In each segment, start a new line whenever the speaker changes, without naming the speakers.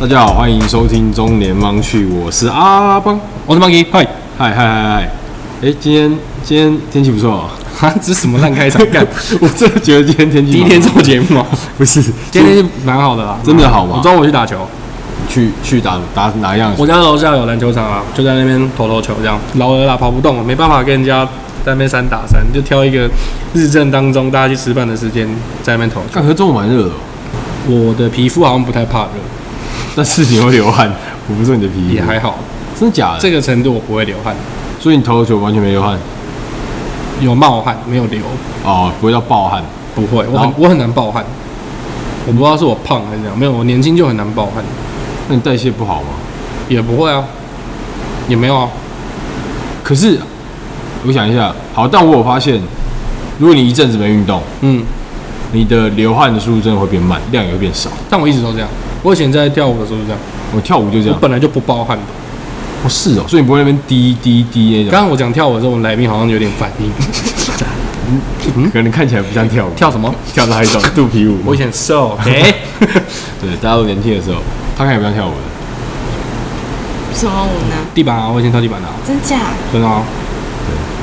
大家好，欢迎收听中年盲区，我是阿邦，
我是 Monkey，嗨，
嗨嗨嗨嗨，哎，今天今天天气不错、哦，
哈，啊这是什么烂开 场？干，
我真的觉得今天天气
第一天做节目 啊，
不是
今天是蛮好的啦，啊
真的好吗
我中午去打球，
去去打打哪样？
我家楼下有篮球场啊，就在那边投投球这样，老了啦，跑不动了，没办法跟人家在那边三打三，就挑一个日正当中大家去吃饭的时间在那边投球。
干，可是中午蛮热的、哦，
我的皮肤好像不太怕热，
但是你会流汗，我不是你的皮肤，
也还好，
真的假的？
这个程度我不会流汗，
所以你投球完全没流汗
有冒汗没有流，
哦，不会到暴汗。
不会，我
然后
很我很难爆汗，我不知道是我胖还是怎样，没有，我年轻就很难爆汗，
那你代谢不好吗？
也不会啊，也没有啊，
可是我想一下，好，但我有发现，如果你一阵子没运动，
嗯。
你的流汗的速度真的会变慢，量也会变少。
但我一直都这样。我以前在跳舞的时候就这样，
我跳舞就这
我
样，
本来就不包汗的。
哦是哦，所以你不会那边滴滴滴那种，
刚刚我讲跳舞的时候，我们来宾好像有点反应。
可能看起来不像 跳舞，
跳什么？
跳的还是一种肚皮舞。
我以 前瘦，哎、
对，大家都年轻的时候，他看起来不像跳舞的，
什么舞呢？
地板啊，我以前跳地板的、啊，
真假？
真的啊。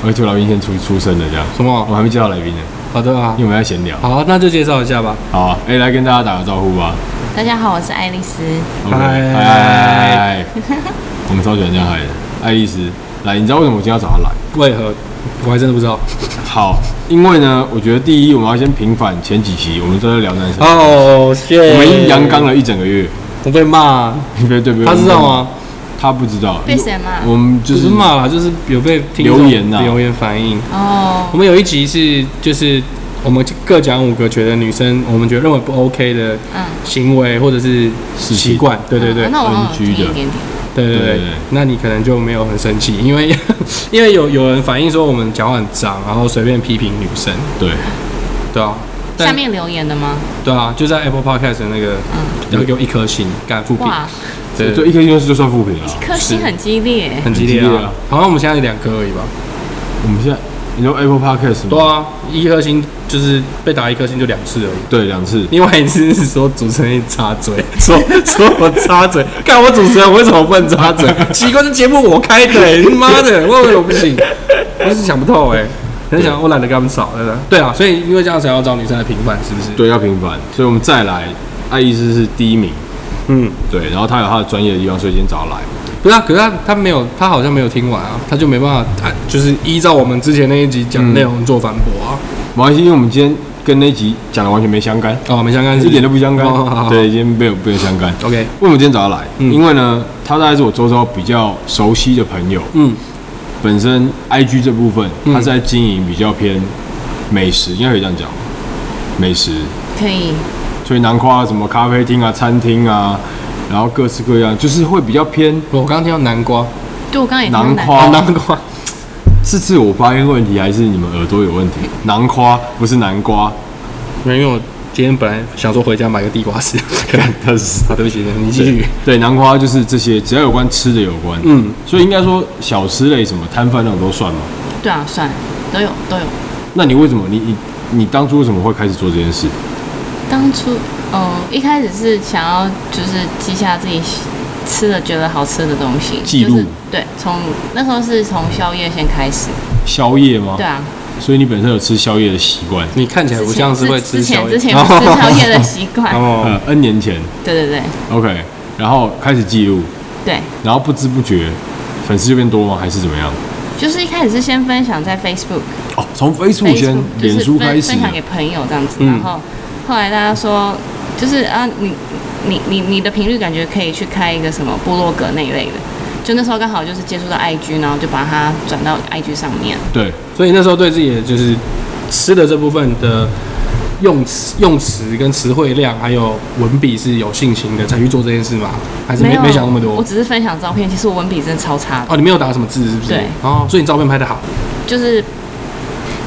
而且我来宾先出出生的这样。
什么啊
我？还没介绍来宾呢，
好的啊
因为。我们在闲聊。
好，那就介绍一下吧。
好啊，哎、来跟大家打个招呼吧。
大家好，我是爱丽丝。
OK，
嗨
嗨， 我们超喜欢这样嗨的。爱丽丝，来，你知道为什么我今天要找她来？
为何？我还真的不知道。
好，因为呢，我觉得第一，我们要先平反前几期我们都在聊男生，
哦，谢。
我们已经阳刚，了一整个月。
我被骂，
对对对，
他知道？吗？
他不知道。
被谁骂
我们就
不
是
是骂啦，就是有被听众
留言啊
留言反映。
哦
我，们有一集是就是我们各讲五个觉得女生我们觉得认为不 OK 的
嗯，
行为或者是
事情
习惯，对对对
啊，那我好像有
NG
听一
的
点点。
对对
对
对
对对，
那你可能就没有很生气，因为因为有有人反映说我们讲话很脏，然后随便批评女生，
对，
对啊，但
下面留言的吗？
对啊，就在 Apple Podcast 的那个
嗯，
要给我一颗星，敢复评，
哇，
对
就一颗星就算负评了。
颗星很激烈。
很激
很激
烈
烈啊
啊，好像我们现在有两颗而已吧，
我们现在你说 Apple Podcast 吗
对啊，一颗星就是被打一颗星就两次而已。
对两次，
另外一次是说主持人插嘴， 说说我插嘴，看我主持人为什么不能插嘴？ 奇怪，这节目我开的、欸，你妈的， 我为什么不行？我是想不透哎、欸，很想我懒得跟他们吵，真的。对啊，所以因为这样才要找女生来平反，是不是？，
对要平反，所以我们再来，爱丽丝是第一名，
嗯，
对，然后她有她的专业的地方，所以今天找她来。
不是啊，可是他他没有，他好像没有听完啊，他就没办法，他就是依照我们之前那一集讲的内容做反驳啊。
没关系，因为我们今天跟那集讲的完全没相 干，
哦，没相干，
一点都不相
哦好
干，
好
对，今天没有没有相干。
OK，
为什么今天找她来？
嗯
因为呢，她大概是我周遭比较熟悉的朋友，
嗯，
本身 IG 这部分，
嗯
它是在经营比较偏美食，应该可以这样讲，美食，
可以，
所以南瓜什么咖啡厅啊、餐厅啊，然后各式各样，就是会比较偏
我刚刚听到南瓜，
对我刚刚也听到
囊括
南瓜，
啊，南瓜，
是自我发音问题，还是你们耳朵有问题？南瓜不是南瓜，
没有，因为我今天本来想说回家买个地 瓜吃，
它是
啊，对不起，你继续。
对南瓜就是这些，只要有关吃的有关，
嗯，
所以应该说小吃类什么摊贩那种都算嘛。
对啊，算了，都有都有。
那你为什么你你你当初为什么会开始做这件事？
当初，哦，一开始是想要就是记下自己吃的觉得好吃的东西，
记录
就是对，从那时候是从宵夜先开始，
哦
宵夜吗？
对。啊，
所以你本身有吃宵夜的习惯，
你看起来
之
不
前
哎像是会
之
吃
之前
宵夜，
之前有吃宵夜的习 惯，
哦
呃，，N 年前
对对对
，OK，然后开始记录，
对，
然后不知不觉粉丝就变多吗？还是怎么样？
就是一开始是先分享在 Facebook。
哦，从 Facebook 先
Facebook，就
脸
是
书
分
开始
分，享给朋友这样子，
嗯
然后后来大家说，就是啊，你你你你的频率感觉可以去开一个什么部落格那一类的，就那时候刚好就是接触到 IG，然后就把它转到 IG 上面。
对，
所以那时候对自己的就是吃的这部分的用词、用词跟词汇量，还有文笔是有信心的，才去做这件事吗？还是没
有
没想那么
我
多？
只是分享照片，其实我文笔真的超差的，
哦，你没有打什么字是不是？
对。
哦，所以你照片拍的好，
就是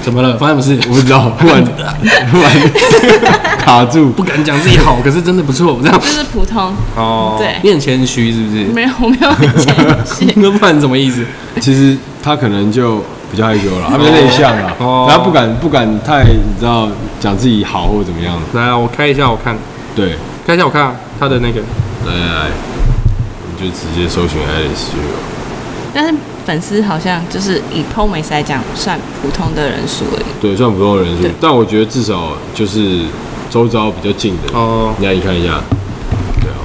怎么了？发生什么事？
我不知 道，突然突然卡住，
不敢讲自己好，可是真的不错，这样
就。是普通，
哦
对
你很谦虚是不是？。
没有 我没有很谦虚
那不然什么意思？
其实他可能就比较害羞了，他比较内向了，
哦
他不敢不敢太你知道讲自己好或怎么样，
来啊，我开一下，我看，
对，
开一下，我看啊他的那个，
来来来，我们就直接搜寻 Alice 就有。
但是粉丝好像就是以 PO 美食来讲，算普通的人数而已。
对，算普通的人数
对，
但我觉得至少就是周遭比较近的。
哦
你来你看一下，对啊，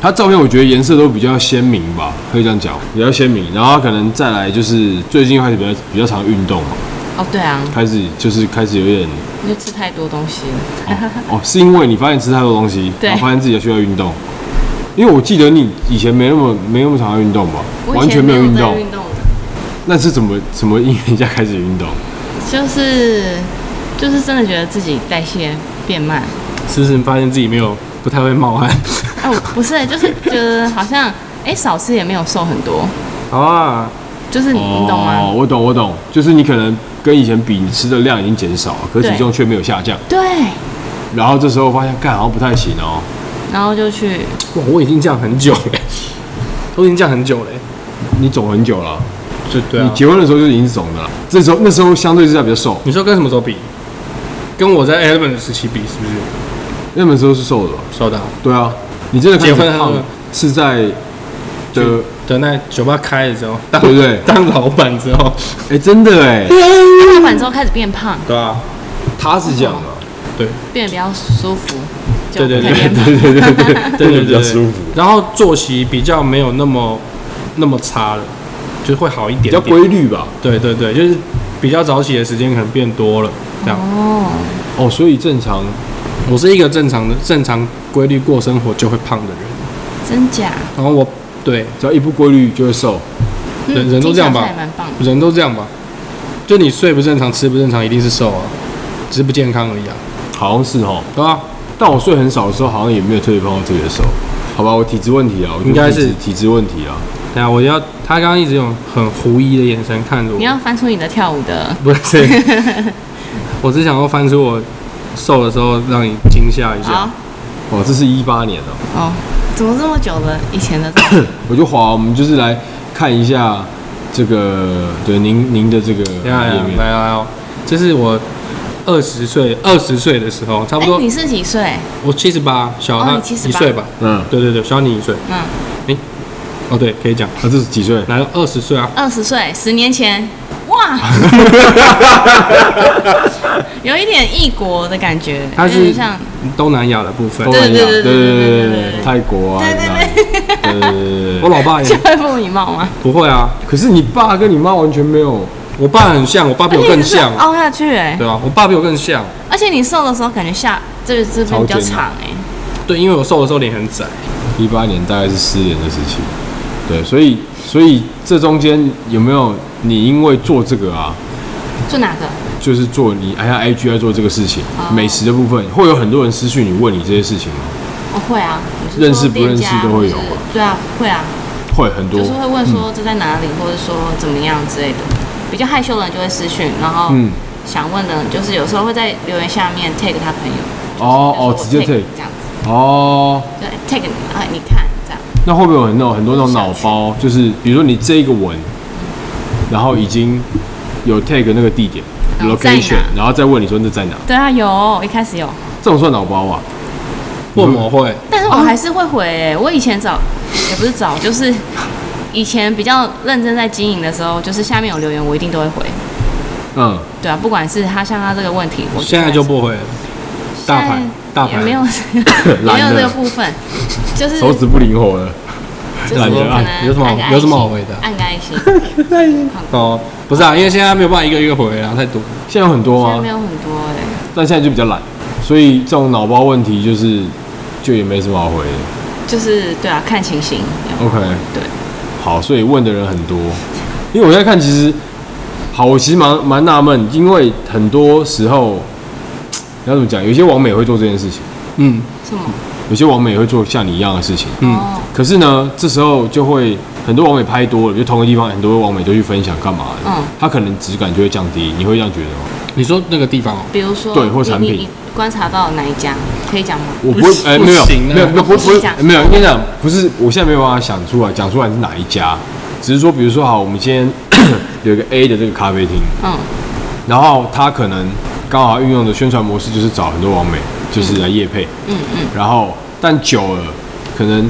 他照片我觉得颜色都比较鲜明吧，可以这样讲，比较鲜明。然后他可能再来就是最近开始比较比较常运动嘛，
哦，对啊，
开始就是开始有点
因为吃太多东西了。
哦，是因为你发现吃太多东西，
对
然后发现自己需要运动。因为我记得你以前没那么没那么常运动吧，
我以
完全
前
没有
有
运
在
动，
运动的，
那是怎么怎么因为一下开始运动？
就是就是真的觉得自己代谢变慢。
是不是发现自己没有不太会冒汗？
哦，不是，就是觉得好像哎、少吃也没有瘦很多，
啊，
就是你、你懂
哦
吗？
我懂，我懂，就是你可能跟以前比，你吃的量已经减少了，可是
对
体重却没有下降。
对，
然后这时候发现，干好像不太行哦。
然后就去
哇，我已经这样很久 了，都已经这样很久了，
你肿很久了、
就对
啊
你
你
结婚的时候就啊已经是肿的了。这时候那时候相对之下比较瘦，
你说跟什么时候比？跟我在 Element 时期比，是不是？
那本时候是瘦的吧。
收到。
对啊，你真的开始
结婚
胖
后
是在的，
等那酒吧开了之后，当
对不对
当老板之后，
哎、真的哎、
嗯
看完之后开始变胖，
对啊，
他是这样的，
对
变得比较舒服，就
对对
可以
对
变胖
对对对对，
对对对，
比较舒服，
然后作息比较没有那么那么差了，就是会好一点
比
点。
较规律吧。
对对对，就是比较早起的时间可能变多了，这样。
哦，
哦，所以正常
我是一个正常的、正常规律过生活就会胖的人，
真假？
然后我对
只要一不规律就会瘦。
嗯
人人都这样吧
听起来还蛮棒的。
人都这样吧，就你睡不正常、吃不正常，一定是瘦啊，只是不健康而已啊，
好像是哦，
对啊，
但我睡很少的时候，好像也没有特别胖到特别瘦。好吧，我体质问题啊，我觉得
应该是
体质体质问题啊。
等一下我要他刚刚一直用很狐疑的眼神看着我，
你要翻出你的跳舞的，
不是， 我只想要翻出我瘦的时候让你惊吓一
好
下。
哦，这是一八年哦、
哦，怎么这么久了？以前的
我就滑，我们就是来看一下这个，对您您的这个
等一下，
页
等一下
面。
来来来哦，这是我二十岁二十岁的时候，差
哎
不多、
你是几岁？
我七十八，小
哦
他
你78
一岁吧？
嗯，
对对对，小你一岁。
嗯，
哦，对，可以讲，
那、这是几岁？
来二十岁啊，
二十岁，十年前，哇，有一点异国的感觉，
他
有
是
点像
东南亚的部分
东。南亚，
对对对对
对
对对对
对，泰国啊，
对对
对对对对对。
我老爸
就
也
会不礼貌吗？
不会啊，
可是你爸跟你妈完全没有，
我爸很像，我爸比我
而且
更
你是
像，啊
凹下去哎、
对啊，我爸比我更像，
而且你瘦的时候感觉下这这边比较
超尖的
长哎、
对，因为我瘦的时候脸很窄，
一八年大概是失联的时期。对，所以所以这中间有没有你因为做这个啊，
就哪个？
就是做你哎呀 IG 在做这个事情，
哦
美食的部分会有很多人私讯你问你这些事情吗？
我、会啊，你是
认识
说
不认识
店家
都会有
或是
吧嗯
对啊，会啊，
会很多，
就是会问说这在哪里，或者说怎么样之类的。比较害羞的人就会私讯，然后
嗯，
想问的人就是有时候会在留言下面 tag 他朋友。
哦
就
哦，
是
直接
我
take
这样子，
哦。
对 tag 你，哎，你看这样。
那会不会有很那种很多那种脑包？就是比如说你这一个文，然后已经有 tag 那个地点
然后哦在哪
location，然后再问你说那在哪？
对啊，有一开始有，
这种算脑包啊？
为什么会？
但是我还是会回、欸。我以前早也不是早，就是以前比较认真在经营的时候，就是下面有留言，我一定都会回。
嗯，
对啊，不管是他像他这个问题，我
现在就不会了，大牌大
也
牌
没有也没有这个部分，就是
手指不灵活了。
就是
懒
可
得
能
按
有什么
按个爱
有什么好
心
回的
按个爱心，
哦，不是啊，因为现在没有办法一个一个回啊，太多。
哦
现在有很多啊
现在
吗
没？有很多哎、
但现在就比较懒，所以这种脑包问题就是就也没什么好回的。
就是对啊，看情形。
OK，
对，
好，所以问的人很多。因为我在看，其实好，我其实蛮蛮纳闷，因为很多时候要怎么讲，有些网美会做这件事情，
嗯
什么？
有些网美也会做像你一样的事情。
嗯，
哦，
可是呢，这时候就会很多网美拍多了，就同一个地方很多网美都去分享干嘛的，
嗯
他可能质感就会降低，你会这样觉得吗？
你说那个地方哦，
比如说
对或产
你
品
你你观察到哪一家可以讲吗？
我不会，
不
哎、
不
没有，
行啊
没有，没有，不
不
不
是
是
这样
没有，跟你讲，不是，我现在没有办法想出来，讲出来是哪一家，只是说，比如说，好，我们今天 有一个 A 的这个咖啡厅，
嗯，
然后他可能刚好运用的宣传模式就是找很多网美，就是来夜配，
嗯嗯
然后但久了，可能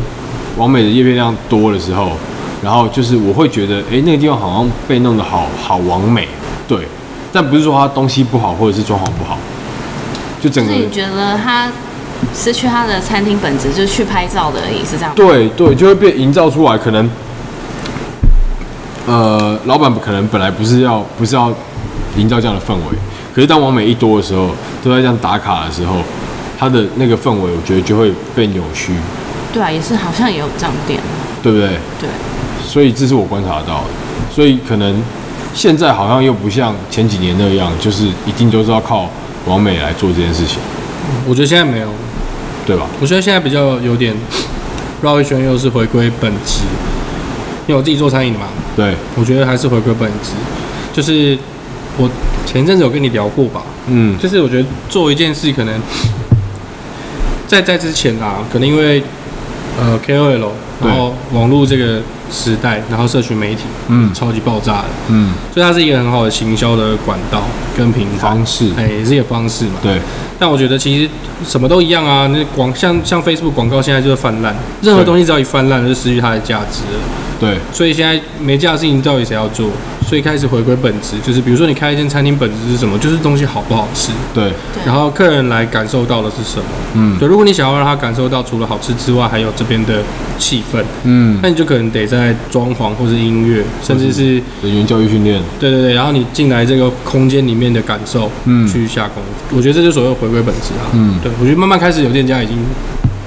完美的叶片量多的时候，然后就是我会觉得，哎、那个地方好像被弄得好好完美，对，但不是说它东西不好或者是装潢不好，就整
就
个
是你觉得他失去他的餐厅本质，就是去拍照的而已，是这样吗？
对对，就会被营造出来，可能，呃，老板可能本来不是要不是要营造这样的氛围，可是当完美一多的时候，都在这样打卡的时候，他的那个氛围，我觉得就会被扭曲，
对啊，也是好像也有这样店，
对不对？
对，
所以这是我观察到的，所以可能现在好像又不像前几年那样，就是一定都是要靠完美来做这件事情，
我觉得现在没有，
对吧？
我觉得现在比较有点绕一圈，又是回归本质。因为我自己做餐饮的嘛，
对，
我觉得还是回归本质，就是我前阵子有跟你聊过吧，
嗯，
就是我觉得做一件事，可能在在之前啊，可能因为呃 KOL，
对
然后网络这个时代，然后社群媒体，
嗯
超级爆炸的，
嗯，
所以它是一个很好的行销的管道跟平台，
方式，
哎、也是一个方式嘛。
对，
但我觉得其实什么都一样啊，那广像像 Facebook 广告现在就是泛滥，任何
对
东西只要一泛滥，就失去它的价值了。
对，
所以现在没价的事情到底谁要做？所以开始回归本质，就是比如说你开一间餐厅，本质是什么？就是东西好不好吃。
对，
对
然后客人来感受到的是什么？
嗯，
对，如果你想要让他感受到除了好吃之外，还有这边的气氛，
嗯，
那你就可能得在装潢或是音乐，甚至是
人员教育训练，
对对对，然后你进来这个空间里面的感受，
嗯
去下功夫。我觉得这就是所谓回归本质啊。
嗯
对，我觉得慢慢开始有店家已经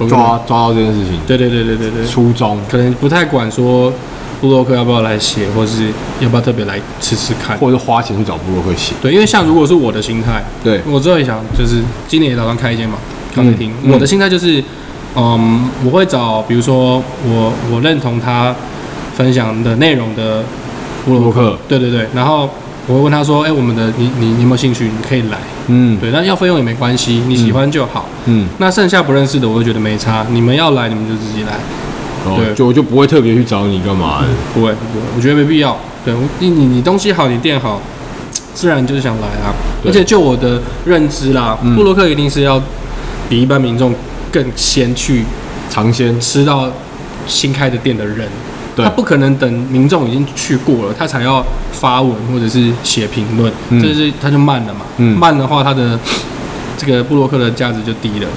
回归
抓抓到这件事情，
对对对对对对，
初衷，
可能不太管说布洛克要不要来写，或是要不要特别来吃吃看。
或者是花钱去找部落客写。
对，因为像如果是我的心态，
对
我之后也想就是今年也打算开一间嘛咖啡厅。
嗯嗯
我的心态就是，嗯，我会找比如说我我认同他分享的内容的布
布
洛
洛
克，
克，
对对对，然后我会问他说，哎、我们的你你你有没有兴趣？你可以来，
嗯，
对，但要费用也没关系，你喜欢就好。
嗯，
那剩下不认识的，我就觉得没差，你们要来你们就自己来，
哦
对，
就我就不会特别去找你干嘛的，
不会不会，我觉得没必要。对我你你你东西好，你店好。自然就是想来啊，
对
而且就我的认知啦，
嗯
布洛克一定是要比一般民众更先去
尝鲜，
吃到新开的店的人，
对
他不可能等民众已经去过了，他才要发文或者是写评论，
嗯
这是他就慢了嘛，
嗯
慢的话他的 这个布洛克的价值就低了。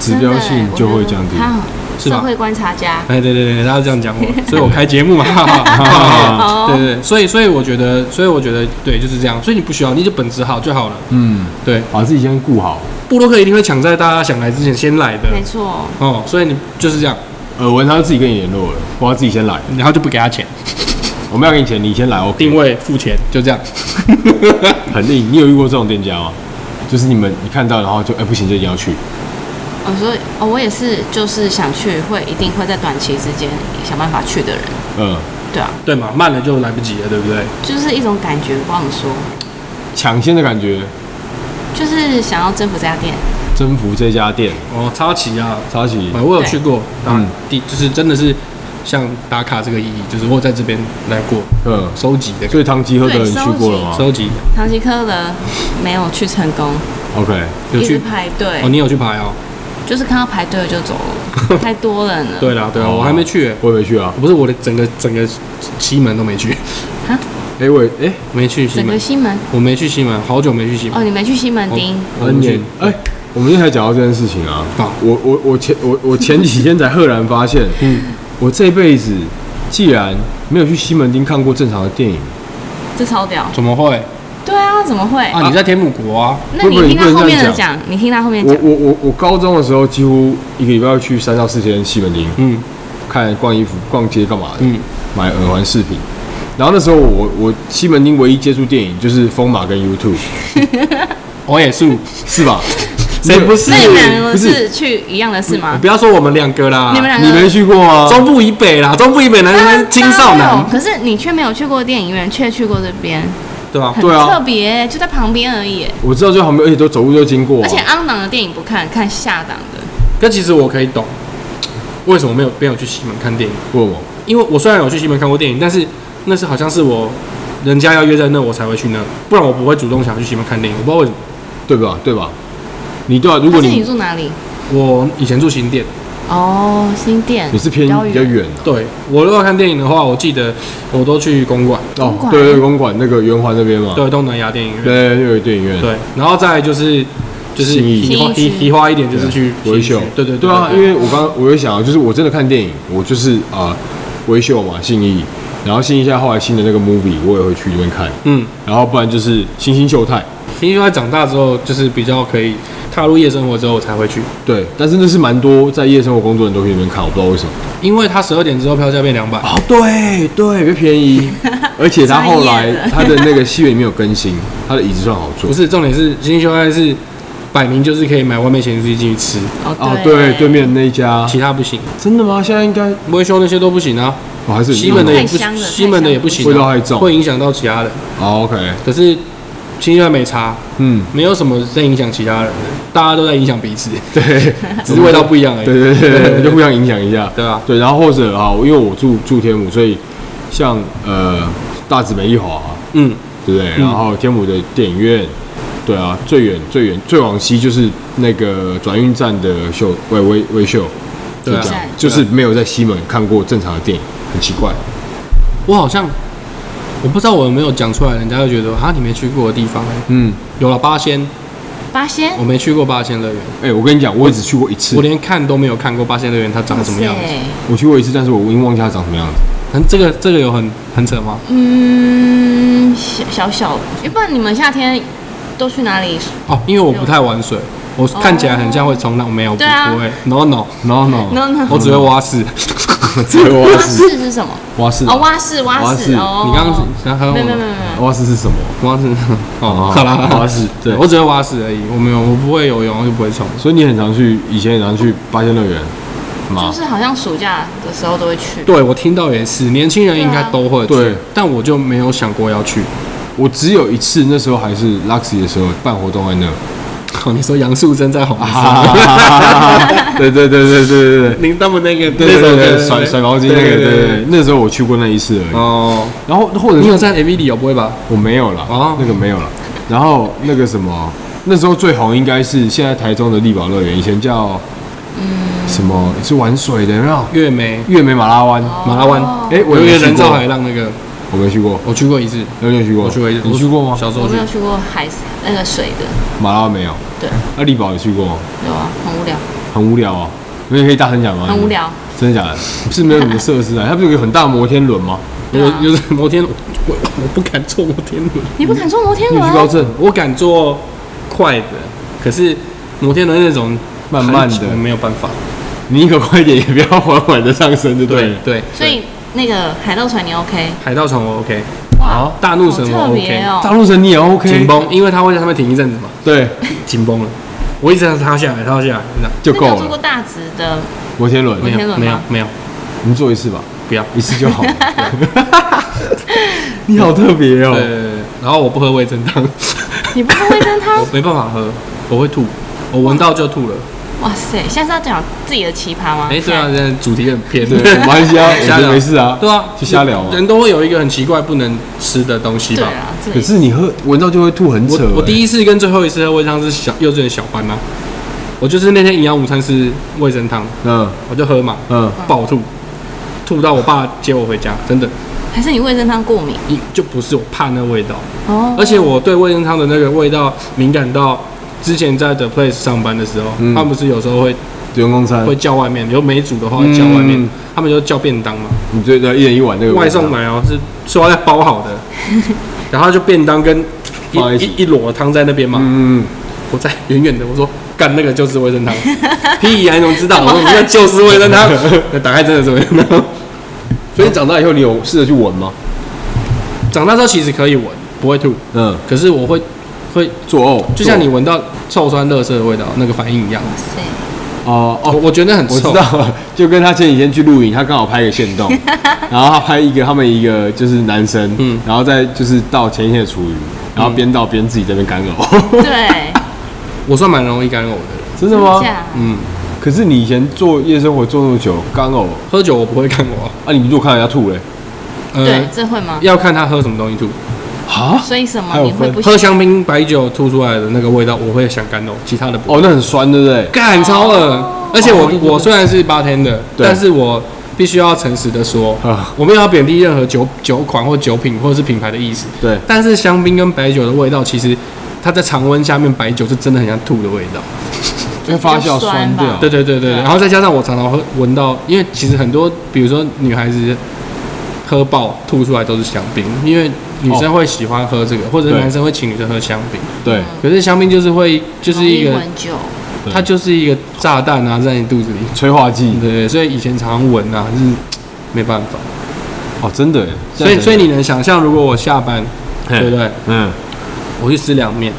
指标性就会降低
真的耶我觉得。他好
是吧
社会观察家，
哎，对对对，大家这样 讲我，所以我开节 目嘛， 哈哈哈哈哈
哦
对对，对所以所以我觉得，所以我觉得对就是这样，所以你不需要，你就本质好就好了。
嗯，
对，
把自己先顾好，
布洛克一定会抢在大家想来之前先来的
没错，
哦，所以你就是这样，
耳闻他自己跟你联络了，我要自己先来，
然后就不给他钱，
我们要给你钱，你先来，OK。
定位付钱，就 这样。
很硬，你有遇过这种店家吗？就是你们一看到，然后就哎、不行，这一定要去，
我说哦，我也是，就是想去，会一定会在短期之间想办法去的人，
嗯，
对啊，
对嘛，慢了就来不及了，对不对？
就是一种感觉，我忘了说，
抢先的感觉，
就是想要征服这家店，
征服这家店，
哦，超奇啊！
沙琪，
我有去过，
对
嗯
嗯，
第就是真的是像打卡这个意义，就是我有在这边来过
嗯，
收集的，哦
所以唐吉诃德你去过了吗
收集
唐吉诃德没有去成功，
？OK，
有
一
去
直嗯排队，
哦，你有去排哦？
就是看到排队就走 了，太多人了。
对啦，对啦，啊
哦
我还没去，
我也没去啊，
不是我的整个整个西门都没去，
啊，
哎、我也哎、
没去西
整个
门，
西门
我没去西门，好久没去西门
哦，，你没去西门町，
我
恩
不去
年，哎、我们今天才讲到这件事情啊，
好
我我我前我我前几天才赫然发现，
嗯，
我这辈子既然没有去西门町看过正常的电影，
这超屌。
怎么会
对啊，怎么会？
啊？你在天母国啊？
那你
不不
听
你不
他
能
后面
这
的
样
讲，你听他后面
我
哎讲。
我我我高中的时候几乎一个礼拜要去三到四天西门町
嗯
看逛衣服、逛街干嘛的，
嗯，
买耳环饰品。然后那时候我我西门町唯一接触电影就是疯马跟 YouTube，
我也是，
是吧？
谁不是
那你们两个
不是
是去一样的事吗？
不要说我们两个啦，
啊你们两啊个
你没去过吗？
中部以北啦，中部以北男
当然
生青少
当然
男
有，可是你却没有去过电影院，却去过这边，
对吧？
很
对啊
特别，就在旁边而已。
我知道就旁边，而且都走路就经过、啊
而且。昂档的电影不看，看下档的。
但其实我可以懂，为什么没有没有去西门看电影，
问我，
因为我虽然有去西门看过电影，但是那是好像是我人家要约在那我才会去那，不然我不会主动想去西门看电影，我不知道为什么。
对吧？对吧？你对啊，如果
可是你
你
住哪里？
我以前住新店，
哦，新店
你是偏比较远啊
对我如果看电影的话，我记得我都去公馆，
公馆
哦对对，公馆那个圆环那边嘛，
对东南亚电影院，
对，又有电影院，
对，然后再来就是就是
信义
移花
信义
移
区
移花一点就是去
维修，
对对
对啊，因为我刚我有想啊，就是我真的看电影，我就是啊维修嘛，信义，然后信义现在后来新的那个 movie 我也会去那边看，
嗯，
然后不然就是星星秀泰，
新一区在长大之后就是比较可以踏入夜生活之后我才会去，
对，但是那是蛮多在夜生活工作的人都可以那边看，我不知道为什么。
因为它十二点之后票价变两百，
哦，对对，又便 宜，而且他后来
专业的
他的那个戏院没有更新，他的椅子算好坐
不。是重点是新一区大概是摆明就是可以买外面咸酥鸡进去吃，
哦
哦，
对，对面那一家
其他不行，
真的吗？现在应该
维修那些都不行啊，
我哦还是有嗯
西门的也
印
不
太香了
西门的也不行啊，
味道太重
会影响到其他人，
象哦，OK，
可是新一区没差，
嗯，
没有什么在影响其他人的，大家都在影响彼此，
对，嗯
只是味道不一样而已。
对对对对对，就互相影响一下。
对啊，
对，然后或者啊，因为我住住天母，所以像呃大直美丽华、
嗯，
对不对？
嗯
然后天母的电影院，对啊，最远最远最往西就是那个转运站的秀微微微秀，就
对啊
这样就
对，
是没有在西门看过正常的电影，很奇怪。
我好像我不知道我有没有讲出来，人家会觉得啊你没去过的地方、欸
嗯，
有了八仙，
八仙
我没去过八仙乐园，
哎、我跟你讲，我也只去过一次
我，连看都没有看过八仙乐园它长得什么样
哇
子。
塞
我去过一次，但是我已经忘记它长什么样子。
嗯，这个这个有很很扯吗？
嗯，小小小，要不然你们夏天都去哪里？
哦，因为我不太玩水，我看起来很像会冲浪，没有，
对啊
不会，no no，
No no，
no no，
我只会蛙式。
这个
蛙
蛙式，
式是什么？
蛙式
哦，蛙式，蛙
蛙
式，
式
哦，
你刚刚想看我
没有没有没有没有，
蛙式是什么？
蛙式？哦，
哦
好 啦，
蛙式对
我只会蛙式而已，我没有，我不会游泳，又不会冲。
所以你很常去，以前很常去八仙乐园吗
就？是好像暑假的时候都会去。
对，我听到也是，年轻人应该都会去，
对啊对
但我就没有想过要去。
我只有一次，那时候还是 Luxy 的时候办活动在那。
哦，你说杨素贞在红的时
啊
候，
对对对对对对对。
您他们那个
对对对对，甩甩毛巾那个，对
对
对对，那时候我去过那一次而已。
哦，
然后或者
你有
是
在 AV 里有不会吧？
我没有了
哦，
那个没有了。然后那个什么，那时候最红应该是现在台中的力宝乐园，以前叫
嗯
什么是玩水的，有没有？
月梅、
月美马拉湾，
马拉湾，
哦
哎我
有
也没
一个
去
人造
过
海浪那个，
我没去过，
我去过一次，
有点去过，
我去过一次，
你去过吗？
小时
我
候
没
去
有。去啊过海那个水的，
马拉湾没有，
对，
那力宝有去过吗？
有啊，很无聊，
很无聊啊，那你可以大声讲吗？
很无聊，
真的假的？是没有什么设 施啊，它不是有个很大的摩天轮吗？
对啊
我就是摩天，我我我不敢坐摩天轮，
你不敢坐摩天
你有去高
轮？
正
我敢坐快的，可是摩天轮那种
慢慢的
很久没有办法。
你可快一点，也不要缓缓的上升，对不对？
对，
所以那个海盗船你 OK？
海盗船我 OK，
好，
大怒神我
好特别
OK，
哦
大陆神你也 OK，
紧绷，因为它会在上面停一阵子嘛，
对，
紧绷了。我一直让它下来，它要下来，这样
就
那你有
够
坐过
了。
大直的，
摩天轮，
摩天轮吗
没有没有，
你做一次吧，
不要。
一次就 好了。 你好特别哦
对，对，对然后我不喝味噌汤，
你不喝味噌汤
我？没办法喝，我会吐，我闻到就吐了。
哇塞，现在是要讲自己的奇葩吗？
哎，对啊，现在主题很偏。
对，没关系啊， 我觉得没事啊。
对啊，
就瞎聊啊
人都会有一个很奇怪不能吃的东西
对
吧。
啊，这
可是你喝闻到就会吐，很
我
扯。
我第
一，
一次跟最后一次喝味噌汤是小幼稚园小班嘛，我就是那天营养午餐是味噌汤，
嗯
我就喝嘛，
嗯，
爆吐，吐到我爸接我回家，真的，
还是你味噌汤过敏
一就不是我怕那味道，
哦
而且我对味噌汤的那个味道敏感到。之前在 The Place 上班的时候，
嗯
他们不是有时候会
员工餐
会，叫外面，有每组的话会叫外面，
嗯
他们就叫便当嘛，
你觉得一人一碗那个
外送
吗？
来哦，是说要包好的， 然后就便当跟一
放在一起
一一摞汤在那边嘛，
嗯，嗯
我在远远的我说干那个就是 味噌汤，屁呀、你怎么知道？
这
我
么
说那就是味噌汤，那打开真的是味噌汤。
嗯所以长大以后你有试着去闻吗？
长大之后其实可以闻，不会吐，
嗯，哦
可是我会会
作呕，
就像你
作
闻到臭酸垃圾的味道那个反应一样。
哇
呕
塞，
哦哦
哦，，我觉得很
我知
臭。
道了，就跟他前几天去露营，他刚好拍一个线动，然后他拍一个他们一个就是男生，
嗯
然后再就是倒前一天的厨余，然后边倒边自己在那边干呕，
对，
我算蛮容易干呕的，
真的吗
嗯真？假
嗯，
可是你以前做夜生活做那么久，干呕
喝酒我不会干呕、啊，呃
啊，你如果看人家吐嘞，
对，，这会吗？
要看他喝什么东西吐。
啊，
所以什么
还有
你会
分
不
喝
行？
香槟白酒吐出来的那个味道，我会想干呕，其他的不会。
哦，那很酸，对不对？
哦干超恶，而且我
对对
我虽然是八天的，
对
但是我必须要诚实的说
啊，
我没有要贬低任何酒酒款或酒品或者是品牌的意思。
对
但是香槟跟白酒的味道，其实它在常温下面，白酒是真的很像吐的味道。
因为发酵酸
比较酸
掉
吧，
对对对啊对，啊
对
然后再加上我常常会闻到，因为其实很多，比如说女孩子喝爆吐出来都是香槟，因为女生会喜欢喝这个，或者
对
男生会请女生喝香槟。
对
可是香槟就是会，就是一个
容易闻酒，
对
它就是一个炸弹啊，在你肚子里。
催化剂
对对对，所以以前常常闻啊，就是没办法。
哦，真的耶，
所以
这样子
所以你能想象，如果我下班，
嘿
对不对？
嗯，
我去吃凉面，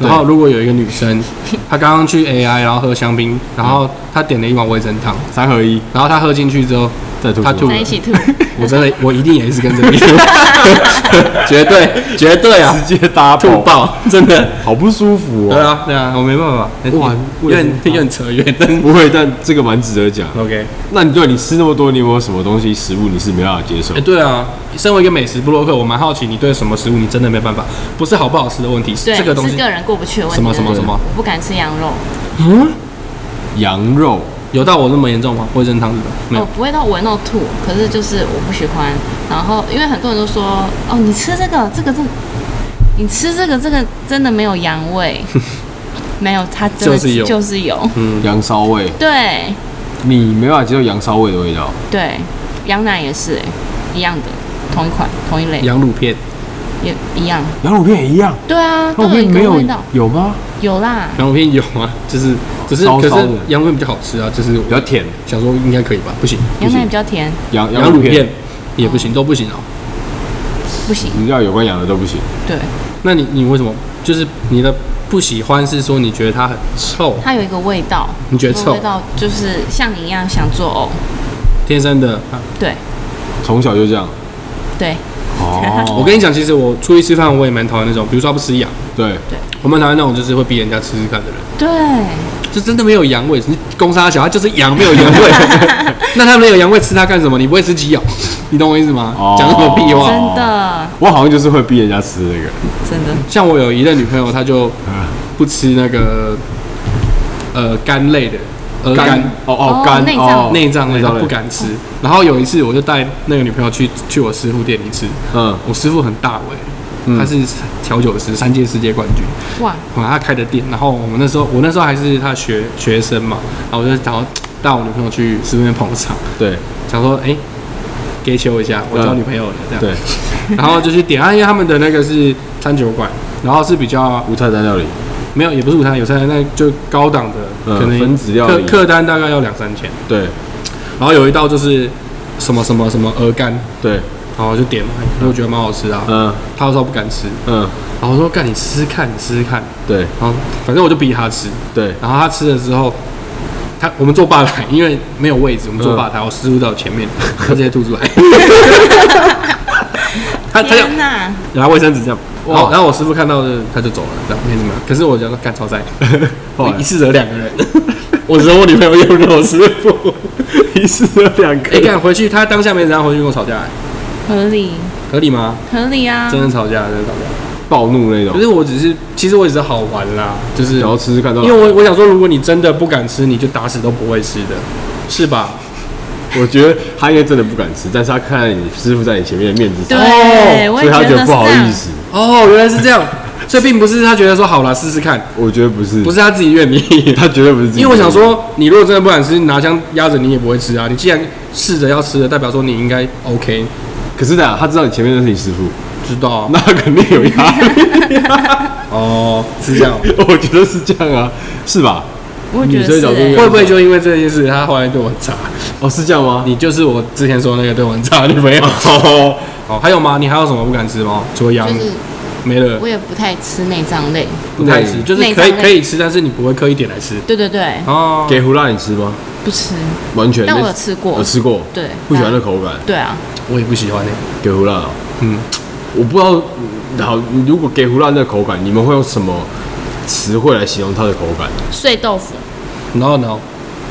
对
然后如果有一个 女生，她刚刚去 AI，然后喝香
嗯
槟，然后她点了一碗味噌汤，
三合一
然后她喝进去 之后，
再吐出来，
他吐
在
了
一起吐，
我真的我一定也是跟着 你， 绝对绝对啊，
直接搭
吐，爆，真的。
好不舒服
对
哦。
啊对啊，我没办法，
哇
有点有点扯远， 但
不会，但这个蛮值得讲。
OK。
那你对你吃那么多，你有没有什么东西食物你是没办法接受
哎，？对啊，身为一个美食布洛克，我蛮好奇你对什么食物你真的没办法，不是好不好吃的问题，是
对，
这个东
是
西
个人过不去的问题。
什么什么什么
我不敢吃羊肉，
羊肉
有到我那么严重吗？味噌汤这种没
我
有，
哦不会到闻到吐，可是就是我不喜欢。然后因为很多人都说，哦，你吃这个这个这，你吃这个这个真的没有羊 味，没有，它真的
就是有
就是有，
嗯，
羊骚味，
对
你没办法接受羊骚味的味道。
对，羊奶也是、欸、一样的，同一款同一类
羊乳片，
也一样，
羊肉片也一样，
对
哦
啊，都
肉
有
片
一
没
个
有
味道，
有吗？
有啦，
羊肉片有啊，就是只是
烧
可是
烧的
羊肉片比较好吃啊，就是
比较甜，
想说应该可以吧？不行，
羊奶比较甜，
羊
嗯羊
肉
乳片也不行，都不行哦。
不行，
嗯
你知道有关羊的都不行。
对，
那你你为什么就是你的不喜欢是说你觉得它很臭，
它有一个味道，
你觉得
那个
臭
味道就是像你一样想作呕，
天生的？
哦
啊
对
从小就这样。
对，
哦
我跟你讲，其实我出去吃饭我也蛮讨厌那种，比如说他不吃羊，
对
我蛮讨厌那种就是会逼人家吃吃看的人，
对，
就真的没有羊味，你攻杀小，他就是羊没 有羊味，那他没有羊味吃它干什么？你不会吃鸡咬，哦你懂我意思吗
哦？
讲什么屁话？
真的
我好像就是会逼人家吃那个。
真的，
像我有一任女朋友，她就不吃那个呃肝类的鹅肝。
哦哦
哦
肝
内脏
哦
内脏类哎她
类
不敢吃，然后有一次我就带那个女朋友去去我师傅店里吃，
嗯
我师傅很大伟，
嗯
他是调酒师，三届世界冠军，
哇，
哇，他开的店。然后我们那时候，我那时候还是他学学生嘛，然后我就想要带我女朋友去师傅那边捧场，
对
想说，哎、给修一下，我交女朋友了这样。
对
然后就去点，啊，因为他们的那个是餐酒馆，然后是比较
无菜单料理
没有，也不是午餐，有餐那就高档的，
嗯
可能
分子料
客
理
客单大概要两三千。
对
然后有一道就是什么什么什么鹅肝，
对
然后我就点了，因为我觉得蛮好吃的啊。
嗯
他说不敢吃，
嗯
然后我说干你试试看，你试试看。
对
然后反正我就逼他吃，
对
然后他吃了之后，他我们坐吧台，因为没有位置，我们坐吧台，我师傅在我前 面，他直接吐出来。他他就
天哪，
然后卫生纸这样，
哇
然后然后我师傅看到的他就走了，这样没怎么样。可是我觉得干超载，
后来
一次惹两个人，我惹我女朋友，又惹我师傅。
一次有两
哎，干回去，他当下没怎样，回去跟我吵架，哎
合理
合理吗？
合理啊，
真的吵架，真的吵架。
暴怒那
可
种，
是我只是，其实我只是好玩啦，就是
想要吃吃看到底。
因为我我想说，如果你真的不敢吃，你就打死都不会吃的，是吧？
我觉得他应该真的不敢吃，但是他看你师傅在你前面的面子上，
对，啊我
哦所
也
以他
觉
觉
得
得
是
不好
这样
意，思。
哦，原来是这样，所以并不是他觉得说好啦，试试看，
我觉得不是，
不是他自己愿意。
他绝对不是自己。
因为我想，说，你如果真的不敢吃，拿枪压着你也不会吃啊。你既然试着要吃了，代表说你应该 OK，
可是的，他知道你前面的是你师傅，
知道啊？
那他肯定有压力。
哦，是这样。
我觉得是这样啊，是吧？
我也 觉
女生角
得
度
是
应
欸
该
会不会就因为这件事，他后来对我很差？
哦，是这样吗？
你就是我之前说那个对我很差的女朋友。
哦，
哦，还有吗？你还有什么不敢吃吗？除了羊
就是
没了
我，也不太吃内脏类，
不太吃，
内
就是
内
可以
脏类
可以吃，但是你不会刻意点来吃。
对对对，
哦，
给胡辣你吃吗？
不吃，
完全。
但我有吃过
有吃过，
对
不喜欢那口感，
对啊，
我也不喜欢欸那、
给胡辣。
嗯，
我不知道，嗯好，如果给胡辣那口感，你们会用什么词汇来形容它的口感？
碎豆腐
然后呢，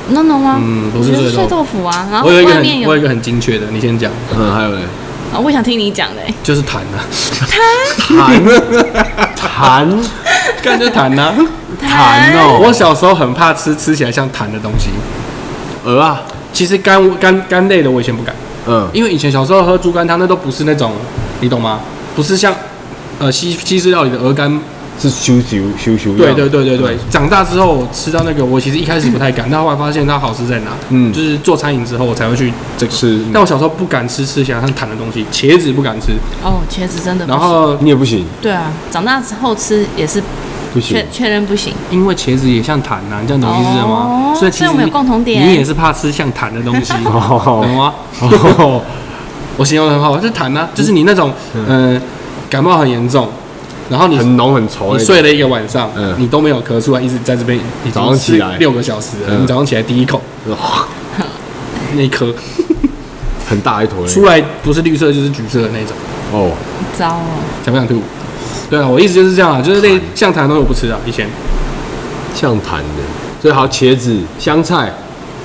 ，no no 吗？
嗯不
我
是
觉得
碎豆
碎豆腐啊，然后
我有一个
外
很
面
我有
有
一，个很精确的，你先讲，
嗯，还有嘞，
啊我想听你讲的欸，
就是痰啊，
痰，
干就痰啊，
痰哦
我小时候很怕吃吃起来像痰的东西，
鹅啊，
其实干干干类的我以前不敢，
嗯，
因为以前小时候喝猪肝汤，那都不是那种，你懂吗？不是像呃西西式料理的鹅肝
是咻咻咻咻，
对对对对对，长大之后我吃到那个，我其实一开始不太敢，但后来发现它好吃在哪，
嗯
就是做餐饮之后我才会去这个。
是
但我小时候不敢吃吃起来像痰的东西，茄子不敢吃，
哦，茄子真的不
然
行。
后
你也不行，
对啊，长大之后吃也是
不行
确，确认不行。
因为茄子也像痰呐、你这样懂意思了吗？
哦
所以其
所以
实
我们有共同点
你也是怕吃像痰的 东西，懂
哦，
吗？
哦
我形容得很好，就是痰啊，就是你那种嗯、呃感冒很严重，然后你
很浓很稠，
你睡了一个晚上，
嗯
你都没有咳出来，一直在这边，你
早上起来
六个小时了，
嗯
你早上起来第一口
哇
那一颗。
很大一坨嘞，
出来不是绿色就是橘色的那种，
哦，
糟哦，
想不想吐？对啊，我一直就是这样啊，就是类像糖的东西我不吃啊，以前
像痰的，所以好茄子、香菜，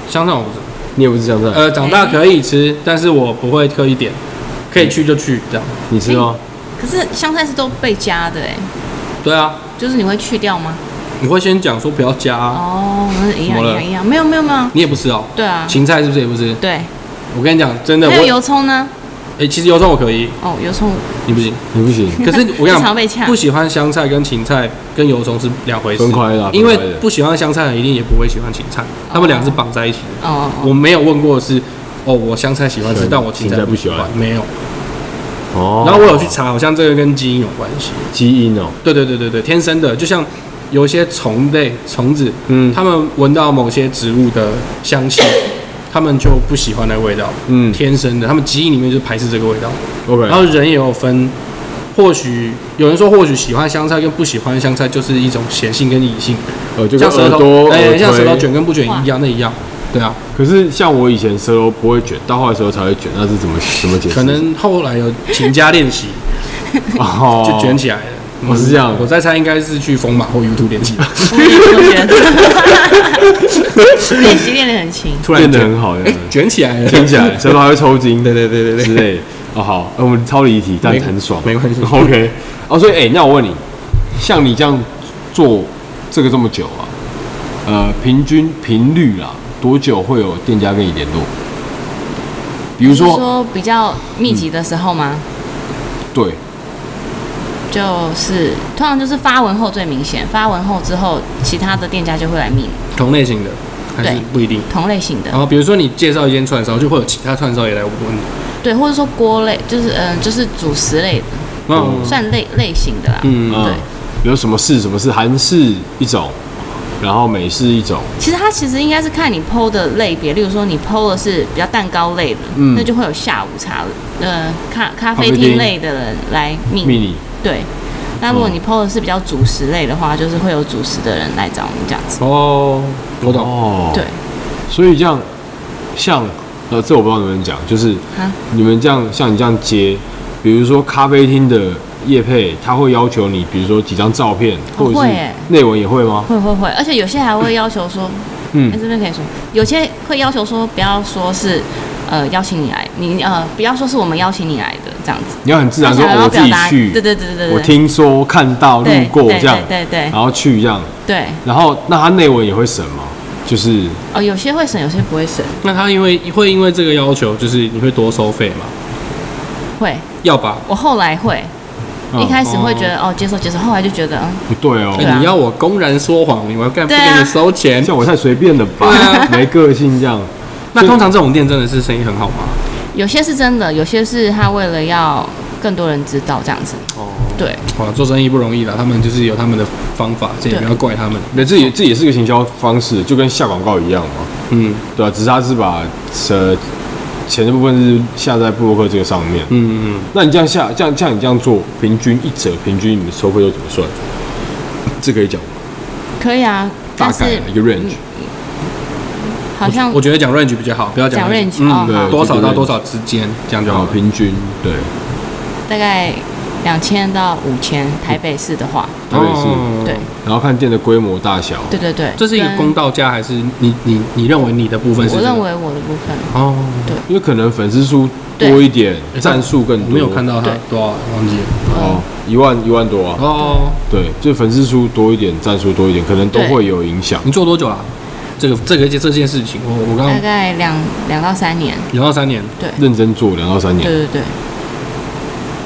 香肠我不吃，
你也不吃香菜，
呃，长大可以吃，但是我不会刻意点，可以去就去这样。
你吃哦吗？
可是香菜是都被加的哎，
对啊，
就是你会去掉吗？
你会先讲说不要加、啊，
哦，我们是一样
怎
一
么了
样一样，没有没有没有，
你也不吃哦。
对啊，
芹菜是不是也不吃？
对，
我跟你讲，真的
还有
我，
油葱呢？
哎，其实油葱我可以，
哦，油葱
你不行。
你不 行，
可是我跟你
经常被
讲，
呛
不喜欢香菜跟芹菜跟油葱是两回事
分，开啦，
因
分开
为
的
不喜欢香菜的一定也不会喜欢芹菜，他们俩是绑在一起的。
哦
我
哦，
没有问过是，哦，我香菜喜欢吃
对，
但我芹
芹
菜
菜不喜欢
没有。
哦，
然后我有去查，好像这个跟基因有关系。
基因哦，
对对对对对，天生的，就像有一些虫类、虫子，
嗯
它们闻到某些植物的香气， 它们就不喜欢那味道，
嗯
天生的，它们基因里面就排斥这个味道。
，OK，
然后人也有分，或许有人说，或许喜欢香菜跟不喜欢香菜就是一种显性跟隐性，
呃，就跟
像舌
耳
头，
朵，
哎，
耳
像舌头
垂
卷跟不卷一样，那一样，对啊。
可是像我以前舌头不会卷，到后来舌头才会卷，那是怎么怎么解释？
可能后来有勤加练习，
哦，
就卷起来了。
哦是这样
我在猜应该是去疯马或 YouTube 练习吧。
哦我也 觉得 练习练得很勤，
突 然
变得
卷
很好这
哎
样子，
卷起来了，
卷起 来，舌头还会抽筋，对对对
对对
之类的。哦好，呃我们超离题，但
没
很爽，
没关系
OK，哦，所以哎、那我问你，像你这样做这个这么久啊，呃，平均频率啦，多久会有店家跟你联络？比如
就是
说，
说比较密集的时候吗？
对，
就是通常就是发文后最明显，发文后之后，其他的店家就会来密你
同类型的还是
对
不一定。
同类型的
然，后比如说你介绍一间串烧，就会有其他串烧也来问你。
对，或者说锅类，就是嗯、呃就是主食类的，
哦
嗯，
算类类型的啦。
嗯
嗯
对，
有什么事？什么事？韩式一种，然后美式一种，
其实它其实应该是看你剖的类别，例如说你剖的是比较蛋糕类的，
嗯
那就会有下午茶，呃，咖咖
啡
啡
厅
厅类的人来命。
迷你
对，那如果你剖的是比较主食类的话，就是会有主食的人来找你这样子。
哦，我懂。
哦，
对，
所以这样，像呃，这我不知道能不能讲，就是
啊
你们这样，像你这样接，比如说咖啡厅的业配，他会要求你，比如说几张照片，
哦
或者
会
是
耶
内文也会吗？
会会会，而且有些还会要求说，
嗯
哎、，这边可以说，有些会要求说不要说是，呃，邀请你来，你呃不要说是我们邀请你来的这样子，
你要很自然说，
而且还
哦
要
我自己
表达
去，
对对对对对对
我听说、看到、路
对
过
对
这样，
对对对
然后去这样，
对，
然后那他内文也会审吗？就是
哦，有些会省，有些不会省，
那他因为会因为这个要求，就是你会多收费嘛？
会，
要吧？
我后来会，
嗯
一开始会觉得哦接受接受，后来就觉得嗯
不对哦
对，啊
你要我公然说谎，你我干不
对啊
给你收钱？
像我太随便了吧
对啊，
没个性这样，
那通常这种店真的是生意很好吗？
有些是真的，有些是他为了要更多人知道这样子，
哦，
对
好啦做生意不容易啦，他们就是有他们的方法，这也不要怪他们。
那这也这也是个行销方式，就跟下广告一样嘛。
嗯
对啊，只是他是把呃钱的部分是下在布洛克这个上面。
嗯嗯，
那你这样下，这样这样你这样做，平均一折，平均你们收费都怎么算？这可以讲吗？
可以啊，
大
但
概
是
啊一个 range，
好像
我觉得讲 range 比较好，不要
讲 range 哦
嗯，
对
好，
多少到多少之间，这样就
然
好
后
了。
平均对，
大概两千到五千，台北市的话，
特别是、
哦
对
然后看店的规模大小，
对对对，
这是一个
跟
公道价，还是你你你认为你的部分是
我
这个？
认为我的部分
哦，
因为可能粉丝数
对
多一点，
诶
战术更多。
哎没有看到他
对
多少，忘记了。
哦
呃，
一万一万多啊，
哦，
对，就粉丝数多一点，赞数多一点，可能都
对
会有影响。
你做多久啦、这个这个这件事情，我我刚
大
刚
概两两到三年，
聊到三年，
认真做两到三
嗯
对
年，
对对，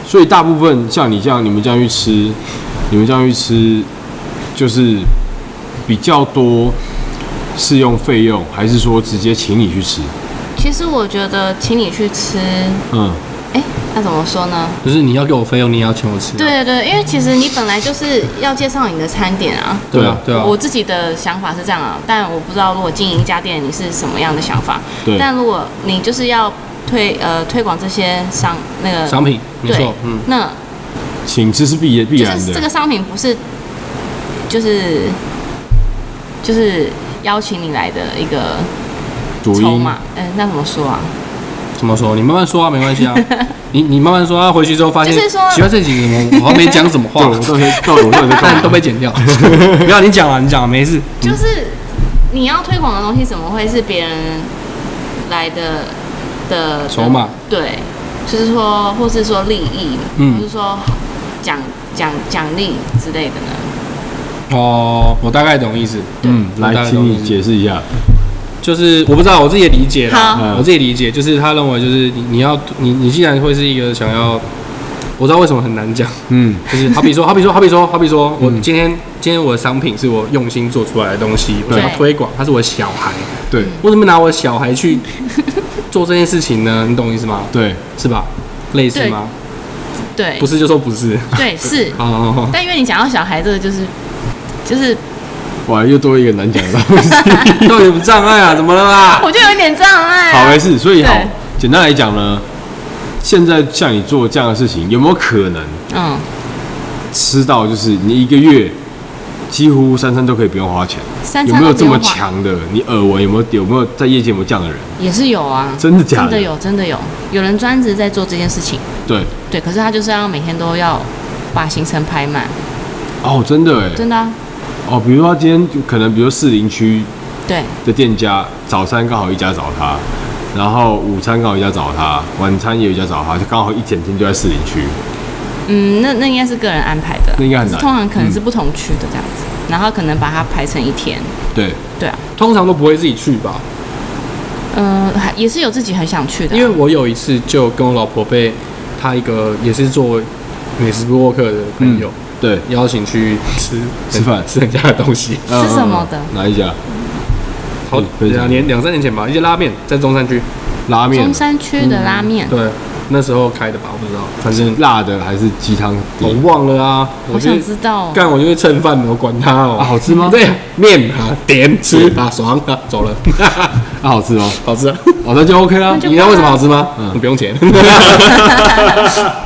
所以大部分像你这样，你们这样去吃，你们这样去吃，就是比较多是用费用，还是说直接请你去吃？
其实我觉得请你去吃，
嗯，
哎，那怎么说呢？
就是你要给我费用，你也要请我吃、啊。
对对对，因为其实你本来就是要介绍你的餐点啊。
对啊，对啊。
我自己的想法是这样啊，但我不知道如果经营一家店你是什么样的想法。
对，
但如果你就是要推呃推广这些商那个
商品没
对
错，嗯，
那
请吃是必必
就
然
是这
的
个，商品不是就是就是邀请你来的一个
主
筹
因
码，嗯、那怎么说啊？
怎么说？你慢慢说啊，没关系 啊。你你慢慢说啊，回去之后发现，
就是说
奇怪，这几个我我好像没讲什么
对，
话
我，到底到底我到底在干
但
嘛
都被剪 掉。不要你讲啊，你讲啊，没事。
就是你要推广的东西怎么会是别人来的的
筹码？
对，就是说，或是说利益，
嗯
或是说奖奖奖励之类的呢？
哦，我大概懂意思。
嗯，
我大
来，
概
请
懂意
你
思
解释一下。
就是我不知道我自己的理解啦，
好
嗯我自己理解就是他认为就是你你要你你既然会是一个想要，我知道为什么很难讲，
嗯
就是好比说好比说好比说好比说我今天、今天我的商品是我用心做出来的东西，我想要推广，它是我的小孩，，
对
为什么拿我的小孩 去做这件事情呢？你懂我意思吗？
对，
是吧？类似吗？
对，
不是就说不 是。哦
对是，
好好好，
但因为你讲到小孩这个，就是就是
哇，又多一个难讲的东 西。
到底有障碍啊？怎么了啦？
我就有点障碍、
好，没事。所以好
对，
简单来讲呢，现在像你做这样的事情，有没有可能
嗯，
吃到就是你一个月几乎三餐都可以不用花钱？
三
有
餐
没有
都不
这
用
么
花？
强的？你耳闻有没有？有没有在业界有没有这样的人？
也是有啊，
真的假的？
真的。有，真的有，有人专职在做这件事情，
对，
对，可是他就是要每天都要把行程排满，
哦，真的哎。
真的、啊，
哦，比如说他今天就可能，比如说士林区
对
的店家，早餐刚好一家找他，然后午餐刚好一家找他，晚餐也有一家找他，就刚好一整天就在士林区。
嗯，那那应该是个人安排的，
那应该很难嗯
可是通常可能是不同区的这样子，然后可能把它排成一天，
对，
对啊，
通常都不会自己去吧？
嗯、还也是有自己很想去的啊、
因为我有一次就跟我老婆被她一个也是做美食播客的朋友、
对，
邀请去吃
嗯吃饭
吃人家的东西，
是什么的
嗯？嗯嗯哪一家？
好
分享
两年两三年前吧，一些拉面在中山区，
拉面
中。山区的拉
嗯
面，
对，那时候开的吧，我不知道，反正
辣的还是鸡汤
我
底？
忘了啊，
我
我就
想知道、
干我就会蹭饭的，我管他哦、
啊好吃吗
对，面啊点吃啊爽啊走 了，
那好吃吗？
好吃啊，
哦，那就 OK 啦
那。就
你知道为什么好吃吗？
嗯
你不用钱。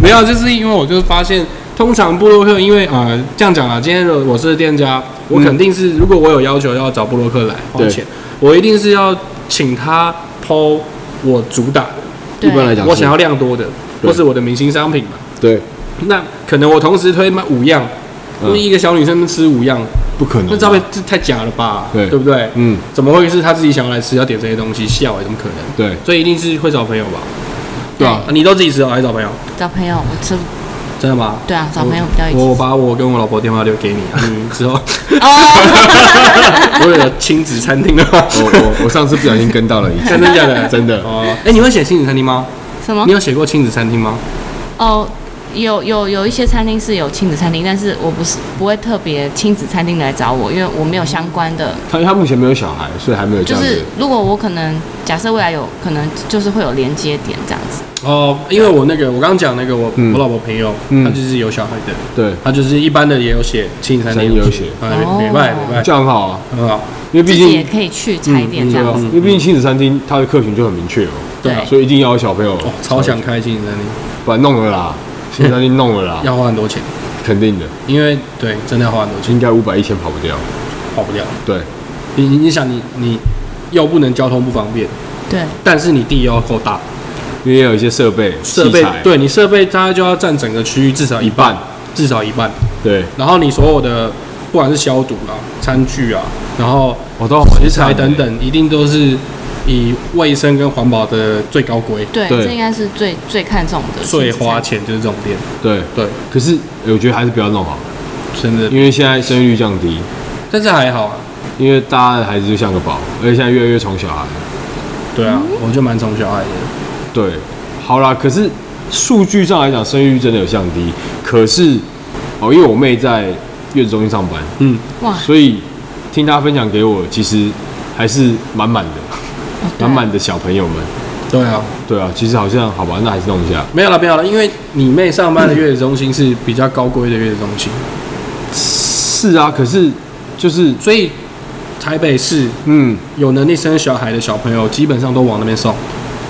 没有，就是因为我就发现，通常布洛克，因为呃这样讲啊，今天的我是店家，我肯定是、如果我有要求要找布洛克来
嗯
花
对
钱，我一定是要请他抛我主打
一
对
般来
的，
哎讲，
我想要量多的，
对
或是我的明星商品嘛。
对，
那可能我同时推卖五样，
嗯
那一个小女生吃五样，
不可能。
那照片这太假了吧？
对
对不对？
嗯，
怎么会是他自己想要来吃，要点这些东西？笑哎、怎么可能？
对
所以一定是会找朋友吧？
对啊，
啊你都自己吃哦，还是找朋友？
找朋友，我吃
真的吗？
对啊，找朋友比较一
我我
起。
把我跟我老婆电话留给你、啊，
嗯
你之后
哦，
我有亲子餐厅的 话，
我我我上次不小心跟到了一次
真，的假的？
真的。
哦，哎、你会写亲子餐厅吗？
什么
你？有写过亲子餐厅吗？
哦，有有有一些餐厅是有亲子餐厅，但是我不是不会特别亲子餐厅来找我，因为我没有相关的。
他他目前没有小孩，所以还没有这
就
样
是
子。
如果我可能假设未来有可能就是会有连接点这样子，
哦，因为我那个我刚刚讲那个我、
嗯
我老婆朋友，
嗯
她就是有小孩的，
对，
她就是一般的也有写亲子餐
餐
厅
厅有写
哎
哦
礼拜礼拜
这样很好啊，
很好，
因为
自
毕
己也
竟
可以去踩点这
对
样
啊
子。，
因为毕竟亲子餐厅它的客群就很明确哦，
对
所以一定要有小朋友
哦，。超想开亲子餐厅，
把弄了啦，亲子餐厅弄了 啦，
要花很多钱，
肯定的，
因为对，真的要花很多钱，
应该五百一千跑不掉。
跑不掉。
对，
你你你想你你又不能交通不方便，
对，
但是你地又要够大，
因为有一些设备
设备
器材
对你设备大概就要占整个区域至少一半，至少一半。
对，
然后你所有的不管是消毒啊、餐具啊，然后
哦
我都
食材等，等，一定都是以卫生跟环保的最高规，
对，
对
这应该是最最看重的，
最花，钱就是这种店，
对，
对，
可是呃我觉得还是不要弄好了，
真的，
因为现在生育率降低，
但是还好啊，
因为大家的孩子就像个宝，而且现在越来越宠小孩。
对啊，我就蛮宠小孩的，
对，好啦，可是数据上来讲，生育率真的有降低。可是哦，因为我妹在月子中心上班，
嗯，
哇，
所以听她分享给我，其实还是满满 的，
哦对
满满的小朋友们。
对啊，
对啊，其实好像好吧，那还是弄一下。
没有了，没有了，因为你妹上班的月子中心是比较高规的月子中心，
是啊，可是就是
所以台北市
嗯，
有能力生小孩的小朋友，基本上都往那边送，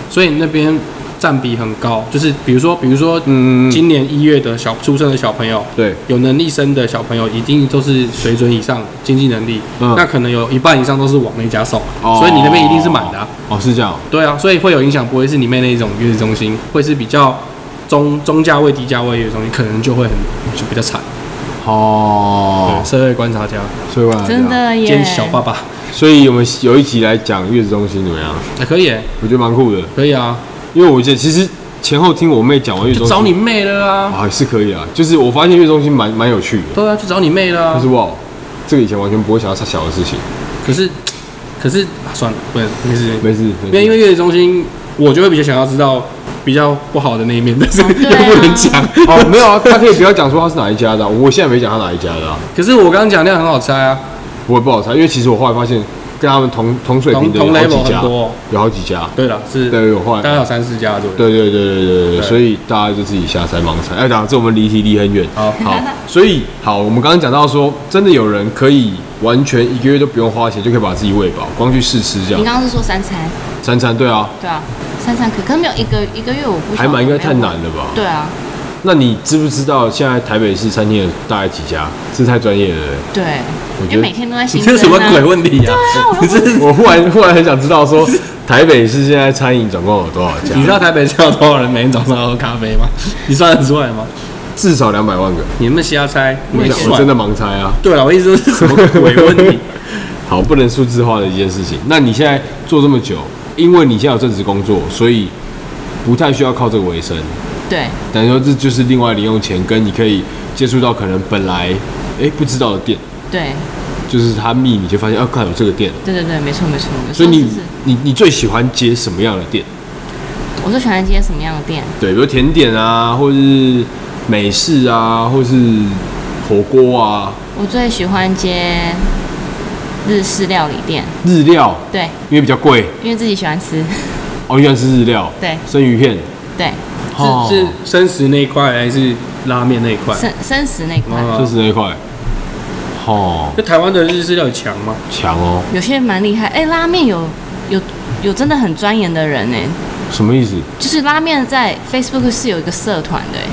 所以那边占比很高。就是比如说，比如说，
嗯
今年一月的小出生的小朋友，
对
有能力生的小朋友，一定都是水准以上经济能力，
嗯
那可能有一半以上都是往那家送，
哦
所以你那边一定是满的啊、
哦，是这样哦，
对啊，所以会有影响，不会是你妹那种月子中心，会是比较中中价位、低价位月子中心，可能就会很就比较惨。
哦
对，，社会观察家
所以我来
真
这样，
的耶，
兼小爸爸，
所以我们有一集来讲月子中心怎么样？
还、哎可以耶，
我觉得蛮酷的，
可以啊，
因为我记得其实前后听我妹讲完月子
就
中心，
找你妹了啊。
啊，是可以啊，就是我发现月中心蛮蛮有趣的，
对啊，去找你妹啦、
但是哇，这个以前完全不会想要插小的事情，
可是，可是、啊算了，不能没事。
没事，没
因为
事
因为月子中心，我就会比较想要知道比较不好的那一面，但是又
对啊
不能讲。
哦，没有啊，他可以不要讲说他是哪一家的啊、我现在没讲他哪一家的、啊，
可是我刚刚讲那样很好猜啊，
我也不好猜，因为其实我后来发现跟他们同同水平
同
的
同
有好
level
几
很
家，
多。
有好几家，
对了，是
对，有后来
大概有三四家左右。
对对对对对对，
对
所以大家就自己瞎猜盲猜。哎，讲这我们离题离很远。
好
好，所以好，我们刚刚讲到说，真的有人可以完全一个月都不用花钱就可以把自己喂饱，光去试吃这样，
你刚刚是说三餐，
三餐对啊，
对啊，三餐可可是没有一个一个月我不晓得
还蛮应该
有没有
太难了吧？
对啊，
那你知不知道现在台北市餐厅有大概几家？这太专业了。
对，
我
因
觉
为
得
每天都在
你
新增
这
啊，
什么鬼问题啊？你这是
我忽然忽然很想知道说， 台北市现在餐饮总共有多少家
你？知道台北现在有多少人每天早上要喝咖啡吗？你算得出来吗？
至少两百万个。
你们瞎猜，
我
没
想我
算
真。的盲猜啊。
对了，我意思是什么鬼 问题？
好，不能数字化的一件事情。那你现在做这么久，因为你现在有正职工作，所以不太需要靠这个为生。
对，
等于说这就是另外零用钱，跟你可以接触到可能本来诶不知道的店，
对，
就是他密你就发现啊，看有这个店了。
对对对，没错没错。有时
所以
候
你
就是
你你最喜欢接什么样的店？
我最喜欢接什么样的店？
对，比如甜点啊，或是美式啊，或是火锅啊，
我最喜欢接日式料理店，
日料，
对，
因为比较贵
因为自己喜欢吃，
哦，原来是日料，
对
生鱼片，
对，
哦
是是生食那一块还是拉面那一块？
生生食那一块，
哦
就是那一块，哦，
那台湾的日式料理强吗？
强哦，
有些人蛮厉害。哎、拉面有有有真的很钻研的人哎、
什么意思？
就是拉面在 Facebook 是有一个社团的、哎，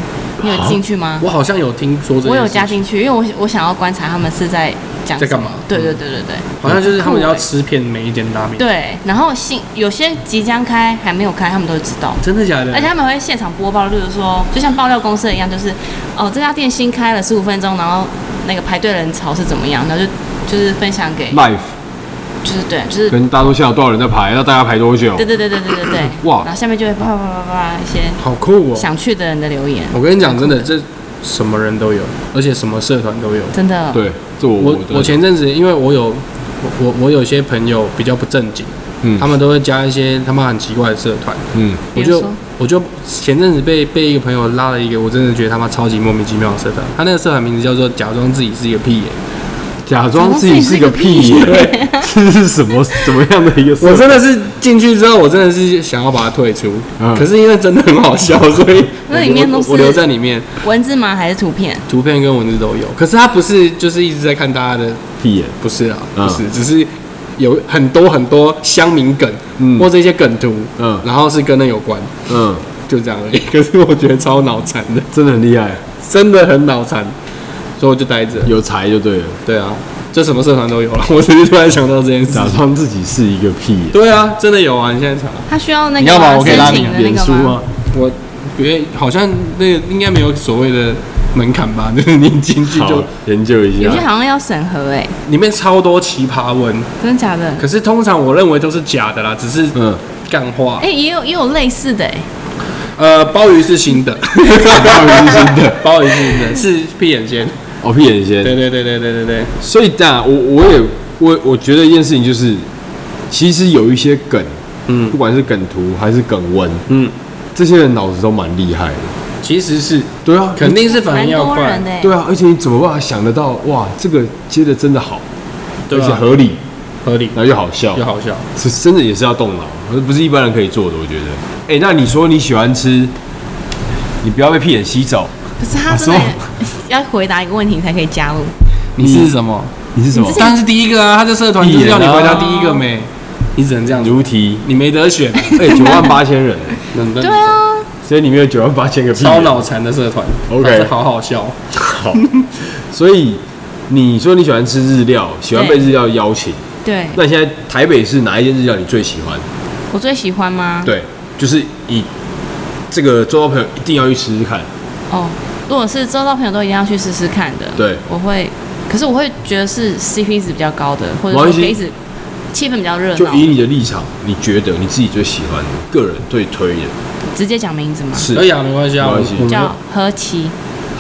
你有进去吗？
我好像有听说这件事情，
嗯我有加进去，因为我我想要观察他们是在讲
在干
什么
嘛
对对对对对欸
好像就是他们要吃遍每一间拉面。，
对。然后新有些即将开还没有开，他们都知道。
真的假的？
而且他们会现场播报，例如说，就像爆料公社一样，就是哦，这家店新开了十五分钟，然后那个排队人潮是怎么样，然后就就是分享给，
life
就是对，就是
跟大家说现在有多少人在排，那大家排多久
对？对对对对对对，
哇
然后下面就会叭叭叭叭叭一些
好酷哦！
想去的人的留言，
我跟你讲，真的，这什么人都有，而且什么社团都有。
真的，
对，这我
我
的
我前阵子因为我有我我我有些朋友比较不正经，
嗯
他们都会加一些他们很奇怪的社团，
嗯
比
我
如
就
说
我就前阵子被被一个朋友拉了一个，我真的觉得他妈超级莫名其妙的社团。他那个社团名字叫做“假装自己是一个屁眼
假装自己是个屁眼， 这是什么怎么样的一个”，社会？
我真的是进去之后，我真的是想要把它退出，
嗯
可是因为真的很好笑，所以
那里面
我
都是
我留在里面，
文字吗还是图片？
图片跟文字都有。可是他不是就是一直在看大家的
屁眼，
不是啊，
嗯
不是，只是有很多很多乡民梗，
嗯
或者一些梗图，
嗯
然后是跟那有关，
嗯，
就这样而已。 可是我觉得超脑残的，
真的很厉害，
真的很脑残，所以我就待着。
有才就对了。
对啊，就什么社团都有了。 我只是突然想到这件事
假
情。
装自己是啊一个屁眼，
对啊，真的有啊！你现在查，
他需要那
你
个
要
吗
把我可以拉
申
你
请的那
脸
个
书
吗？
吗？
我觉得好像那个应该没有所谓的门槛吧， 就是你进去
好
就
研究一
有些
下。
好像要审核哎、
里面超多奇葩文，
真的假的？
可是通常我认为都是假的啦，只是
嗯，
干话。
哎、也有也有类似的哎、
呃，鲍鱼是新的，
鲍鱼是新的，
鲍鱼是新的，是闭眼间。
哦，闭眼先。
对对对对对对对，
所以但我我也我我觉得一件事情就是，其实有一些梗，
嗯
不管是梗图还是梗文，
嗯，
这些人脑子都蛮厉害的。
其实是
对啊，
肯定是反
蛮
应要
多
快
人，的、欸。
对啊，而且你怎么办法想得到？哇，这个接的真的好，而
对
且
吧？
合理，
合理
然啊后又好笑
又，好笑。
是真的也是要动脑，不是一般人可以做的。我觉得，哎、那你说你喜欢吃，你不要被屁眼吸走，
不是他真
啊
的 要回答一个问题才可以加入。
你
你
是什么？
你是什么
你之？前
当然是第一个啊，他这社团就是要你回答
闭眼啊
第一个没，你只能这样子，
如题，
你没 得选。
哎、九万八千人，
能
对啊，
所以里面有九万八千个屁眼
超脑残的社团
OK
但是好好笑。
好，所以你说你喜欢吃日料，喜欢被日料邀请，
对
那你现在台北市哪一间日料你最喜欢？
我最喜欢吗？
对，就是以这个周遭朋友一定要去吃吃看。
哦，如果是周遭朋友都一定要去试试看的，
对，
我会，可是我会觉得是 CP 值比较高的，或者
没
说
关系
可以一直气氛比较热
就
哦
闹
以。你的立场，你觉得你自己最喜欢的，个人最推的
直接讲名字吗？
是
可以啊，没关系啊，
没
我
关系
我们
叫何其，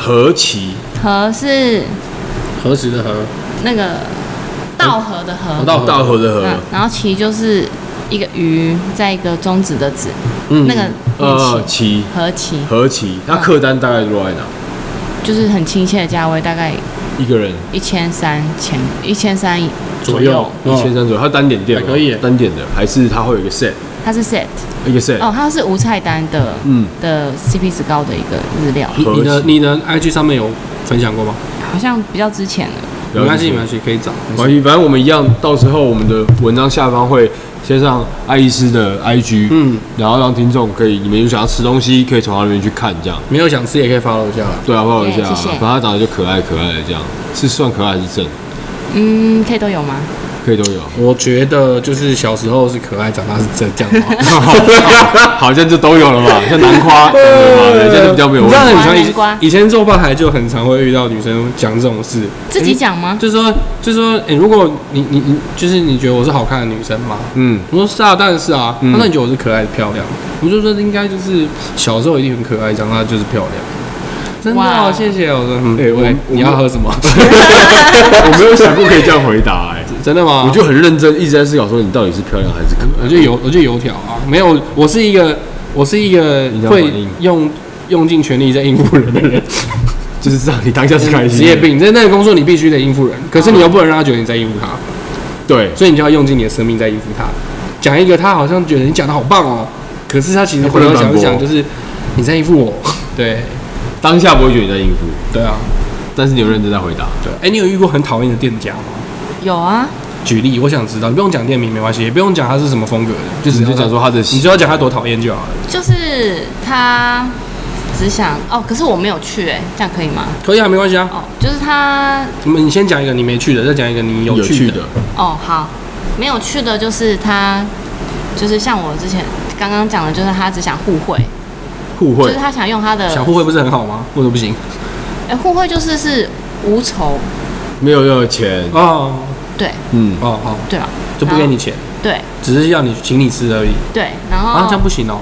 何其
何是
何时的何，
那个道和的和，
哦道和
道和的
嗯
和，，
然后其就是一个鱼，在一个中指的指，
嗯
那个
呃，
念其
其
何其，
何其，那
啊
客单大概落在哪？
就是很亲切的价位，大概
一个人
一千三前一千三
左
左
右哦
右，
一千三左右，它单点店吗
还可以耶
单点的，还是它会有一个 set，
它是 set
一个 set，
哦，它是无菜单的
嗯，
的 CP 值高的一个日料，
你你的
何其
你的 IG 上面有分享过吗？
好像比较之前的。
没关系，没
们。
关系，可以找。
没关系，反正我们一样，到时候我们的文章下方会先上爱医师的 IG，
嗯，
然后让听众可以，你们有想要吃东西，可以从他那边去看，这样。
没有想吃也可以 follow 一下啦。
对啊，抱一下，
对谢谢
反正他长得就可爱可爱的，这样是算可爱还是正，
嗯，可以都有吗？
可以 都有。
我觉得就是小时候是可爱，长大是真这样吗？
好像就都有了嘛，像南瓜， 对吧？
呃
人家就比较没有问
你知道
题。
很常
南瓜
以以前做吧台就很常会遇到女生讲这种事，
自己讲吗？
就是说，就是说，哎、如果你你你，就是你觉得我是好看的女生吗？
嗯，
我说是啊，当然是啊。
嗯
那、你觉得我是可爱漂亮？我就说应该就是小时候一定很可爱，长大就是漂亮。真的、
哇
哦，谢谢。我说，嗯，
哎我
喂
我
你要喝什么？
我没有想过可以这样回答，哎，
真的吗？
我就很认真一直在思考，说你到底是漂亮还是可
我
爱？
就油我就油条啊，没有，我是一个我是一个
你这样
会
反应
用用尽全力在应付人的人，
就是让你当 下是开心。
嗯职业，病。在那个工作你必须得应付人，可是你又不能让他觉得你在应付他，
对，
所以你就要用尽你的生命在应付他。讲一个他好像觉得你讲的好棒哦，可是他其实回头想一想，就是你在应付 我。对
当下不会觉得你在应付，
对啊，
但是你有认真在回答。
对。哎、你有遇过很讨厌的店家吗？
有啊，
举例，我想知道，你不用讲店名没关系，也不用讲他是什么风格的，就
就是
只要
就讲说，他 的
你
喜
只要讲他多讨厌就好了。
就是他只想哦，可是我没有去哎、这样可以吗？
可以啊，没关系啊。
哦，就是他
我们你先讲一个你没去的，再讲一个你有
有
去
趣
的
的。，
哦好，没有去的就是他，就是像我之前刚刚讲的，就是他只想互惠，
互
就
惠
是他想用他的
小互惠不是很好吗？为什么不行？
哎互惠就是是无仇，
没有要钱，
哦
对
嗯，，
哦哦，
对吧？
就不给你钱，
对
只是要你请你吃而已。
对，然后
啊，这样不行哦，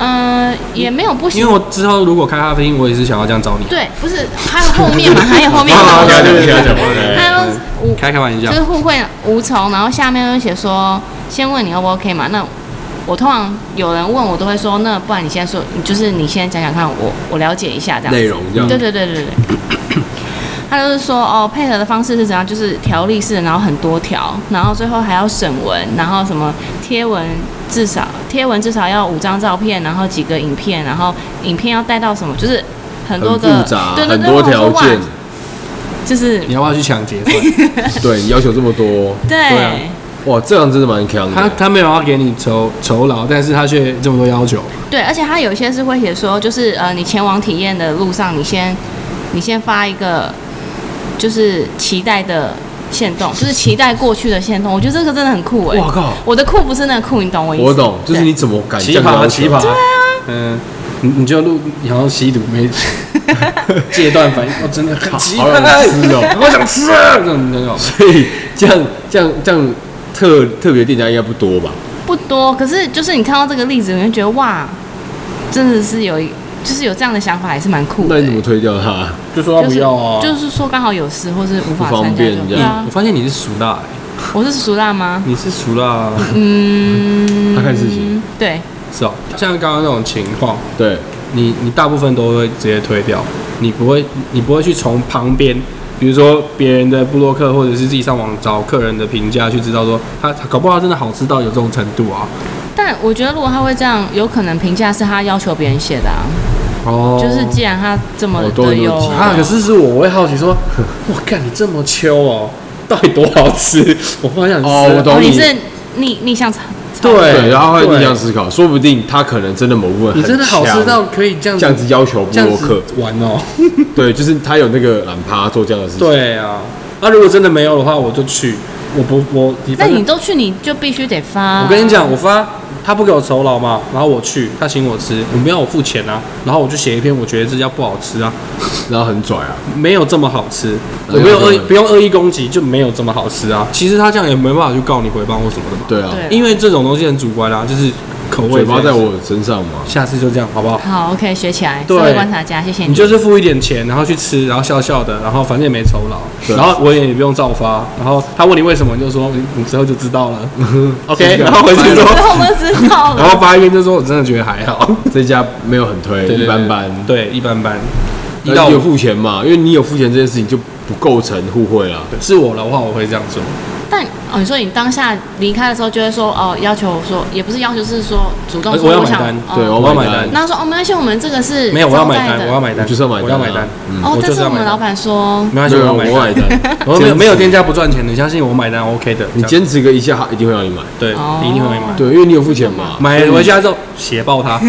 嗯、也没有不
因
行
为。我之后如果开咖啡厅，我也啊是想要这样找你。
对，不是还有后 面嘛，还有后面
好好了解了解
还有无
开开玩笑
就是，互惠无仇，然后下面会写说，先问你 O 不 OK 嘛？那我通常有人问我都会说，那不然你先说，就是你先讲讲看，我我了解一下这样子
内容这样
对对对对对。他就是说，哦，配合的方式是怎样？就是条例式的，然后很多条，然后最后还要审文，然后什么贴文至少贴文至少要五张照片，然后几个影片，然后影片要带到什么，就是很多
很
个
复杂，
对对
很
对，
多
我想说
条
哇
件，
就是
你要不要去抢劫？
对，你要求这么多，
对
对啊
哇，这样真的蛮强
他
的。
他没有要给你酬酬劳，但是他却这么多要求。
对，而且它有一些是会写说，就是呃，你前往体验的路上，你先你先发一个就是期待的限动，就是期待过去的限动。我觉得这个真的很酷哎、
哇靠
我的酷不是那个酷，你懂我意思？
我懂，就是
对
你怎么敢
奇
这样要
葩
求
奇葩，对啊，嗯，你你就录，你好像吸毒没戒断反应，哦，真的很期待，
好想吃哦
我想吃啊，这种那种，
所以这样这样这样特特别店家应该不多吧？
不多，可是就是你看到这个例子，你就觉得哇，真的是有一，就是有这样的想法，还是蛮酷的、
那
欸
你怎么推掉它？
就说他
就
不
是
要啊，
就是说刚好有事或是无法
不方
参加
便
就，
这
对
样
啊
我，发现你是熟辣、欸，
我是熟 辣吗？
你是熟辣、啊，
嗯，
他看事情，
对，
是哦。像刚刚那种情况，
对，
你你大部分都会直接推掉，你不会你不会去从旁边，比如说别人的布洛克或者是自己上网找客人的评价去知道说他他搞不好他真的好吃到有这种程度啊。
但我觉得如果他会这样，有可能评价是他要求别人写的啊，
哦
就是既然他这么
哦都
的
有
有
提
啊，可是是我，我会好奇说，我看你这么秋哦，到底多好吃？我好想吃
哦我懂
哦，
你
你是逆逆向操
对
对，然后会逆向
对
思考，说不定他可能真的某部分
你真的好吃
很强
到可以这样
这样子要求布
这样
洛克
子，玩哦。
对，就是他有那个懒趴做这样的事情。
对啊，那、如果真的没有的话，我就去，我不我你
那
反正
你都去，你就必须得发、啊。
我跟你讲，我发他不给我酬劳嘛，然后我去，他请我吃，我没有我付钱啊，然后我就写一篇，我觉得这家不好吃啊，
然后很拽啊，
没有这么好吃，
哎
我嗯没有
对
恶意不用恶意攻击，就没有这么好吃啊。其实他这样也没办法去告你诽谤或什么的嘛，
对啊，
对
因为这种东西很主观啦、就是口味
嘴巴
这件
在
事，
我身上嘛。
下次就这样好不好？
好，OK，学起来，社
对
会观察家，谢谢
你就是付一点钱，然后去吃，然后笑笑的，然后反正也没酬劳，
对
然后我也不用照发，然后他问你为什么，你就说你你之后就知道 了，OK，
是这样
然后回去
最
说，
后我们知道
然
了。
后发一边就说我真的觉得还好，
这家没有很推，一般般。
对，一般般。一
那
到
你有
五
付钱嘛？因为你有付钱这件事情就不构成互惠啦。
是我的话，我会这样做。
但哦，你说你当下离开的时候就会说哦，要求说也不是要求，是说主动
呃
说
我要买
想
单
哦
对，
我
要
要
买
买
单
单，
然后说哦，没关系，我们这个是
没有，我要买
招待
单，
的
我要买单，
你就是要买单啊
我要买单。
嗯
哦，但
就是是
我
要
们
买
老
单。
板说
没关系，
对，
我要
啊我
买
买
单。
单。
我没有没有店
家，
家不赚钱的，你相信我买单 OK 的。
你
这样
坚持个一下，他一定会让你买。
对，
哦
一定会买。
对，因为你有付钱嘛，
买回家之后写爆他，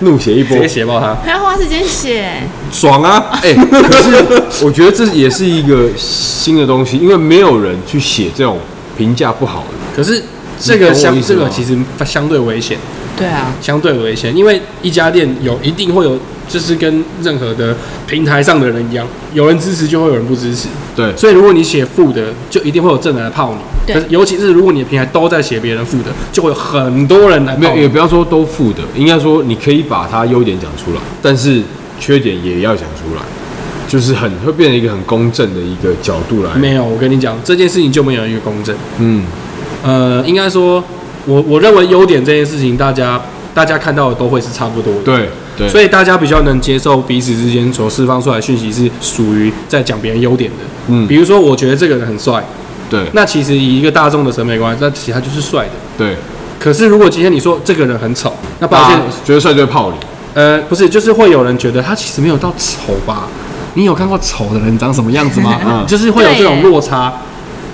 怒写一波
直。接写爆他，
还要花时间写，
爽啊！
哎，可是我觉得这也是一个新的东西，因为没有人去写这种评价不好的。
可是这个
你懂我
相
意思
这
吗
个其实相对危险，
对啊，
相对危险，因为一家店有一定会有，就是跟任何的平台上的人一样，有人支持就会有人不支持，
对，
所以如果你写负的，就一定会有正的来泡你。
对
可是尤其是如果你的平台都在写别人负的，就会有很多人来
没
泡
有也
你。
不要说都负的，应该说你可以把它优点讲出来，但是缺点也要讲出来，就是很会变成一个很公正的一个角度来。
没有，我跟你讲，这件事情就没有一个公正。
嗯，
呃，应该说，我我认为优点这件事情，大家大家看到的都会是差不多的。
对对，
所以大家比较能接受彼此之间所释放出来的讯息是属于在讲别人优点的。
嗯
比如说，我觉得这个人很帅，
对
那其实以一个大众的审美观，那其实他就是帅的。
对，
可是如果今天你说这个人很丑，那抱
大
歉
家，觉得帅就会泡你，
呃，不是，就是会有人觉得他其实没有到丑吧？你有看过丑的人长什么样子吗？
嗯
就是会有这种落差。
对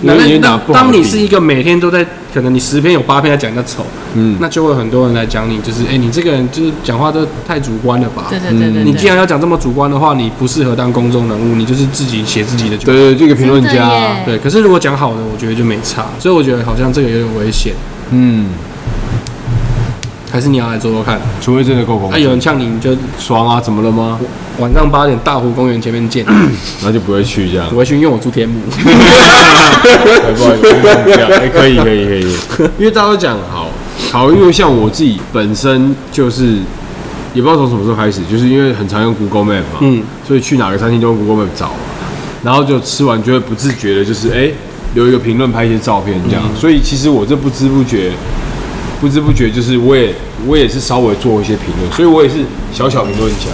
那
耶有
那
点拿
那
不好的
当你
比
是一个每天都在，可能你十篇有八篇在讲人家丑，
嗯，
那就会有很多人来讲你，就是哎、你这个人就是讲话都太主观了吧？
对对对对，
嗯你
对
既然要讲这么主观的话，你不适合当公众人物，你就是自己写自己的就好。
对对，这个评论家
真的
啊，
耶
对，可是如果讲好的，我觉得就没差，所以我觉得好像这个有点危险，
嗯，
还是你要来做做看。
除非真的够公
啊，有
正，
人呛你，你就
爽啊，怎么了吗？
晚上八点大湖公园前面 见。
然后就不会去这样，
我会去，因为我住天母。
哎不好意思不要哎可以可以可以，因为大家都讲好好，因为像我自己本身就是。也不知道从什么时候开始，就是因为很常用 Google Map 嘛，
嗯，
所以去哪个餐厅都用 Google Map 找，然后就吃完就会不自觉的，就是哎、留一个评论拍一些照片这样。所以其实我这不知不觉，不知不觉就是我也我也是稍微做一些评论，所以我也是小小评论家。